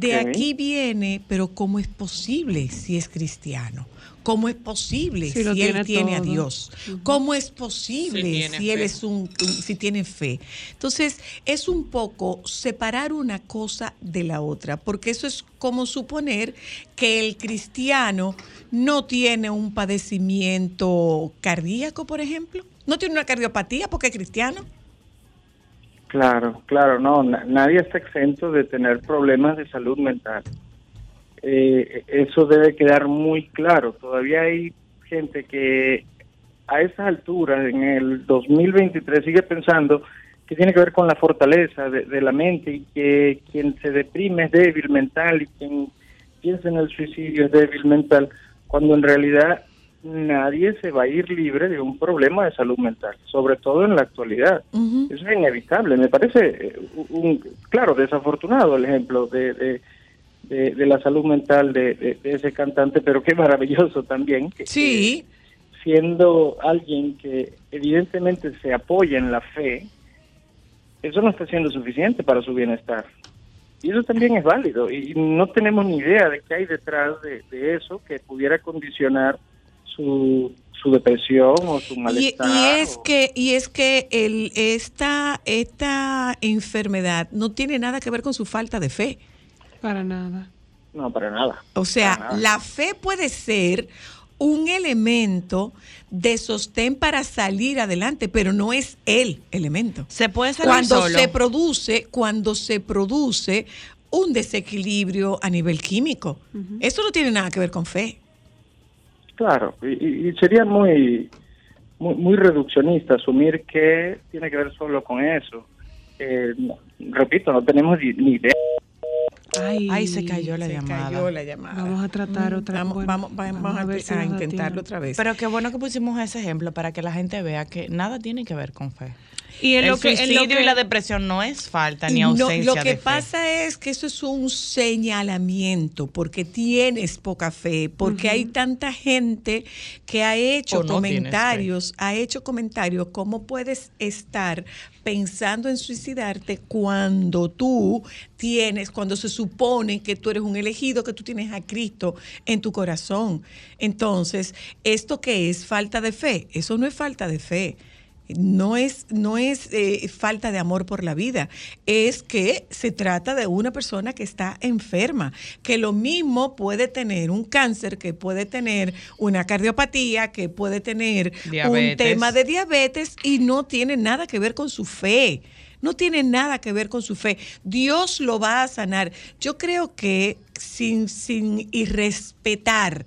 De Ok. aquí viene, pero ¿cómo es posible si es cristiano? ¿Cómo es posible Si si, lo tiene él tiene a todo. Dios? ¿Cómo es posible Si si, tiene él fe. es un si tiene fe? Entonces, es un poco separar una cosa de la otra, porque eso es como suponer que el cristiano no tiene un padecimiento cardíaco, por ejemplo, no tiene una cardiopatía porque es cristiano. Claro, claro, no, na- nadie está exento de tener problemas de salud mental. Eh, eso debe quedar muy claro. Todavía hay gente que a esas alturas, en el 2023, sigue pensando que tiene que ver con la fortaleza de, de la mente y que quien se deprime es débil mental y quien piensa en el suicidio es débil mental, cuando en realidad nadie se va a ir libre de un problema de salud mental, sobre todo en la actualidad. Eso es inevitable. Me parece, eh, un, claro, desafortunado el ejemplo de, de, de- de la salud mental de, de- de ese cantante, pero qué maravilloso también. que- Sí, que siendo alguien que evidentemente se apoya en la fe, eso no está siendo suficiente para su bienestar. Y eso también es válido. Y no tenemos ni idea de qué hay detrás de, de eso que pudiera condicionar su, su depresión o su Y, malestar. y es o- que y es que el, esta esta enfermedad no tiene nada que ver con su falta de fe. Para nada. No, para nada. O sea, Para nada. la fe puede ser un elemento de sostén para salir adelante, pero no es el elemento. ¿Se puede salir Cuando solo? se produce, cuando se produce un desequilibrio a nivel químico, eso no tiene nada que ver con fe. Claro, y- y, y sería muy, muy, muy reduccionista asumir que tiene que ver solo con eso. Eh, no, repito, no tenemos ni, ni idea. Ay, Ay, se cayó la llamada. la llamada. Vamos a tratar Mm, otra Vamos, bueno, vamos, vamos a, ver ver- si a nos da intentarlo tiempo. otra vez. Pero qué bueno que pusimos ese ejemplo para que la gente vea que nada tiene que ver con fe. Y en el lo que, en suicidio lo que- y la depresión no es falta ni No, ausencia lo que de fe. pasa es que eso es un señalamiento porque tienes poca fe, porque hay tanta gente que ha hecho O no tienes comentarios, ha hecho comentarios cómo puedes estar pensando en suicidarte cuando tú tienes, cuando se supone que tú eres un elegido, que tú tienes a Cristo en tu corazón. Entonces, esto que es falta de fe, eso no es falta de fe. No es, no es eh, falta de amor por la vida, es que se trata de una persona que está enferma, que lo mismo puede tener un cáncer, que puede tener una cardiopatía, que puede tener un Diabetes. tema de diabetes y no tiene nada que ver con su fe. No tiene nada que ver con su fe. Dios lo va a sanar. Yo creo que sin, sin irrespetar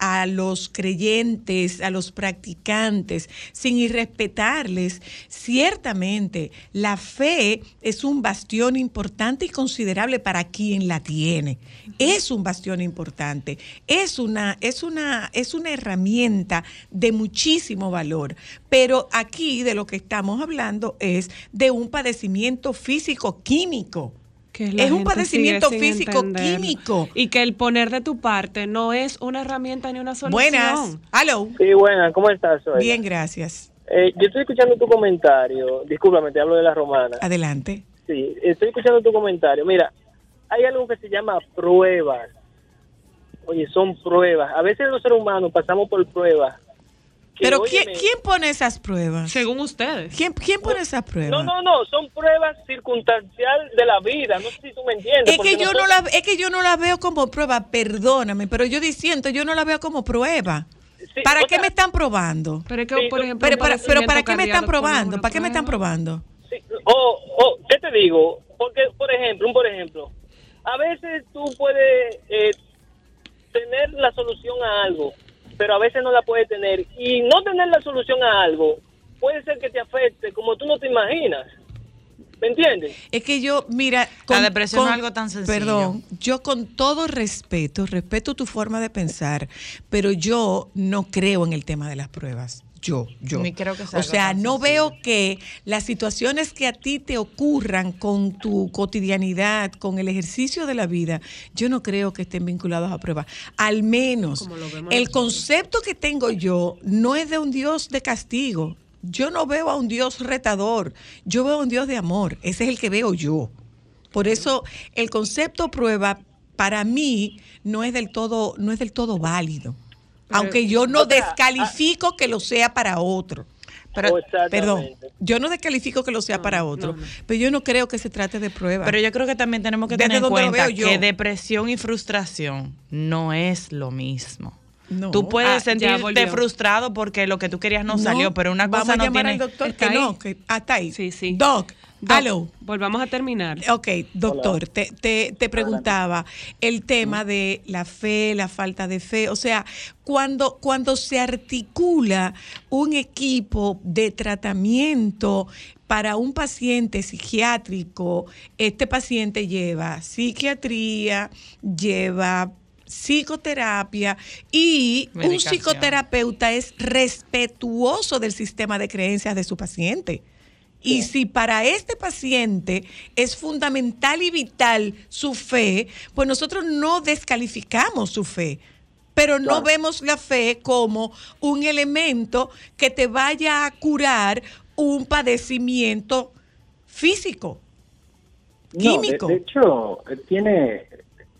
a los creyentes, a los practicantes, sin irrespetarles, ciertamente la fe es un bastión importante y considerable para quien la tiene. Es un bastión importante, es una, es una, es una herramienta de muchísimo valor. Pero aquí de lo que estamos hablando es de un padecimiento físico-químico. que la es un gente padecimiento sigue sin físico entenderlo. químico. Y que el poner de tu parte no es una herramienta ni una solución. Buenas. Hello. Sí, buena, ¿cómo estás? Zoe? Bien, gracias. Eh, yo estoy escuchando tu comentario, discúlpame, te hablo de la romana. Adelante. Sí, estoy escuchando tu comentario. Mira, hay algo que se llama pruebas. Oye, son pruebas. A veces los seres humanos pasamos por pruebas. Que, Pero óyeme, ¿quién, quién pone esas pruebas? Según ustedes. ¿Quién, quién pone esas pruebas? No, no, no, son pruebas circunstancial de la vida. No sé si tú me entiendes. Es que, porque yo no nosotros- la, es que yo no la veo como prueba, perdóname, pero yo diciendo, yo no la veo como prueba. Sí, ¿Para o qué sea, me están probando? Pero es que, Sí, por ejemplo, Pero un para, pero ¿para qué me padecimiento están probando? cardíaco ¿Para qué me no es están una prueba. probando? Sí, o, o, ¿qué te digo? Porque, por ejemplo, un por ejemplo, a veces tú puedes eh, tener la solución a algo, pero a veces no la puedes tener. Y no tener la solución a algo puede ser que te afecte como tú no te imaginas. ¿Me entiendes? Es que yo, mira. La depresión es algo tan sencillo. Perdón, yo con todo respeto, respeto tu forma de pensar, pero yo no creo en el tema de las pruebas. Yo, yo. Ni creo que sea o algo sea, tan no sencillo. veo que las situaciones que a ti te ocurran con tu cotidianidad, con el ejercicio de la vida, yo no creo que estén vinculados a pruebas. Al menos, Como lo vemos el nosotros. concepto que tengo yo no es de un Dios de castigo. Yo no veo a un Dios retador. Yo veo a un Dios de amor. Ese es el que veo yo. Por eso el concepto prueba para mí no es del todo no es del todo válido. Aunque yo no o sea, descalifico que lo sea para otro. Pero- O exactamente. Perdón, yo no descalifico que lo sea para otro, pero yo no creo que se trate de prueba. Pero yo creo que también tenemos que Desde tener en donde lo cuenta veo yo. que depresión y frustración no es lo mismo. No. Tú puedes Ah, ya sentirte volvió. frustrado porque lo que tú querías no, salió, pero una vamos cosa a no llamar tiene. al doctor Está que ahí. no, que hasta ahí. Sí, sí. Doc, Doc, hello. Volvamos a terminar. Ok, doctor, te, te- te preguntaba el tema de la fe, la falta de fe, o sea, cuando, cuando se articula un equipo de tratamiento para un paciente psiquiátrico, este paciente lleva psiquiatría, lleva psicoterapia y un Medicación. psicoterapeuta es respetuoso del sistema de creencias de su paciente. Y si para este paciente es fundamental y vital su fe, pues nosotros no descalificamos su fe, pero no vemos la fe como un elemento que te vaya a curar un padecimiento físico. No, de, químico. de hecho, eh, tiene,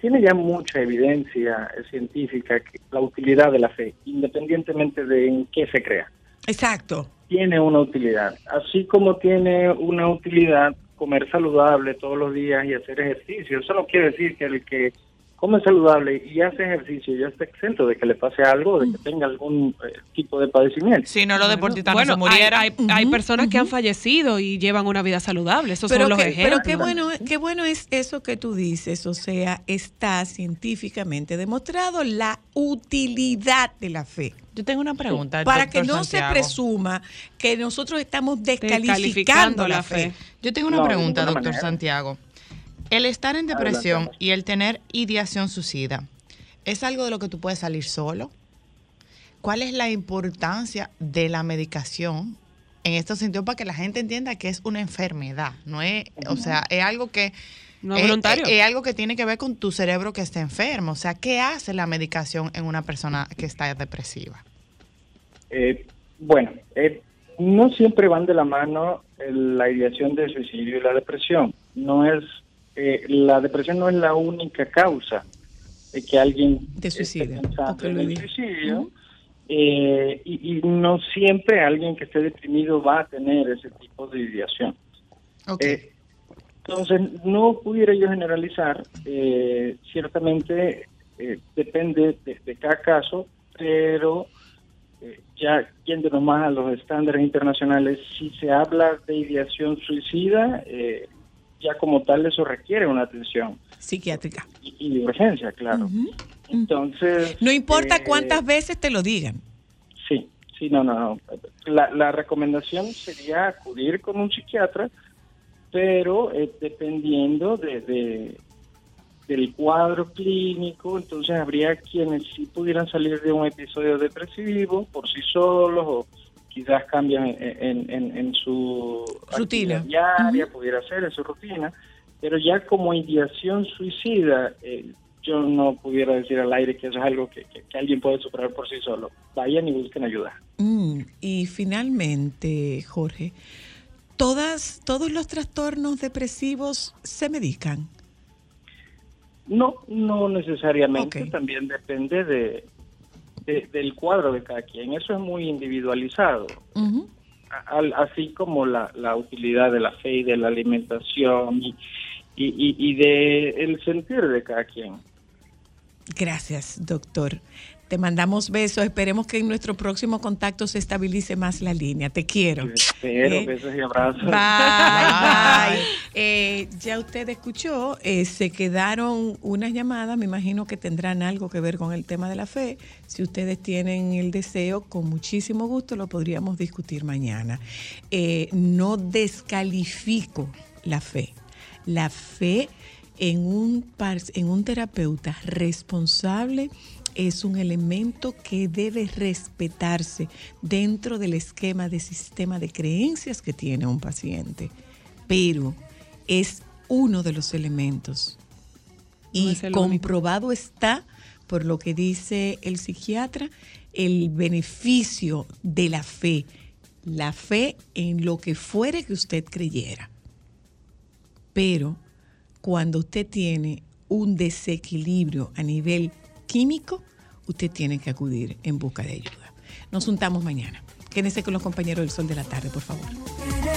tiene ya mucha evidencia eh, científica que la utilidad de la fe, independientemente de en qué se crea, Exacto. tiene una utilidad. Así como tiene una utilidad comer saludable todos los días y hacer ejercicio. Eso no quiere decir que el que come saludable y hace ejercicio ya está exento de que le pase algo, Mm. de que tenga algún eh, tipo de padecimiento. Si no, los deportistas bueno, no se murieran. Hay, hay, hay personas que han fallecido y llevan una vida saludable. Esos pero son los que- ejemplos. Pero qué bueno, qué bueno es eso que tú dices, o sea, está científicamente demostrado la utilidad de la fe. Yo tengo una pregunta. Para doctor que no Santiago. se presuma que nosotros estamos descalificando, Descalificando la fe. Yo tengo una No, de pregunta, ninguna doctor manera. Santiago. El estar en depresión Adelante, amor. y el tener ideación suicida, ¿es algo de lo que tú puedes salir solo? ¿Cuál es la importancia de la medicación en estos sentidos para que la gente entienda que es una enfermedad? No es, o sea, es algo que No es voluntario. es algo que tiene que ver con tu cerebro que está enfermo. O sea, ¿qué hace la medicación en una persona que está depresiva? Eh, bueno, eh, no siempre van de la mano eh, la ideación de suicidio y la depresión. No es eh, la depresión no es la única causa de que alguien De suicidio, esté pensando o que en lo el ideó. suicidio. eh, y, y no siempre alguien que esté deprimido va a tener ese tipo de ideación. Ok. Eh, entonces, no pudiera yo generalizar, eh, ciertamente eh, depende de, de cada caso, pero eh, ya yéndonos más a los estándares internacionales, si se habla de ideación suicida, eh, ya como tal eso requiere una atención psiquiátrica. y, y de urgencia, claro. Entonces... No importa eh, cuántas veces te lo digan. Sí, sí, no, no, no. La, la recomendación sería acudir con un psiquiatra, pero eh, dependiendo de, de- del cuadro clínico, entonces habría quienes sí pudieran salir de un episodio depresivo por sí solos o quizás cambian en, en- en- en su Rutina. actividad diaria, pudiera ser en su rutina, pero ya como ideación suicida, eh, yo no pudiera decir al aire que eso es algo que, que- que alguien puede superar por sí solo. Vayan y busquen ayuda. Mm, y finalmente, Jorge, todas, todos los trastornos depresivos se medican. No, no necesariamente, Ok. también depende de, de- del cuadro de cada quien. Eso es muy individualizado, Ujú. a- al- así como la, la utilidad de la fe y de la alimentación y, y, y- y de el sentir de cada quien. Gracias, doctor. Te mandamos besos. Esperemos que en nuestro próximo contacto se estabilice más la línea. Te quiero. Pero Eh, besos y abrazos. Bye, bye. Eh, ya usted escuchó, eh, se quedaron unas llamadas, me imagino que tendrán algo que ver con el tema de la fe. Si ustedes tienen el deseo, con muchísimo gusto lo podríamos discutir mañana. Eh, no descalifico la fe. La fe en un, par- en un terapeuta responsable es un elemento que debe respetarse dentro del esquema de sistema de creencias que tiene un paciente. Pero es uno de los elementos. No Y es el único. comprobado está, por lo que dice el psiquiatra, el beneficio de la fe. La fe en lo que fuere que usted creyera. Pero cuando usted tiene un desequilibrio a nivel químico, usted tiene que acudir en busca de ayuda. Nos juntamos mañana. Quédense con los compañeros del Sol de la Tarde, por favor. eres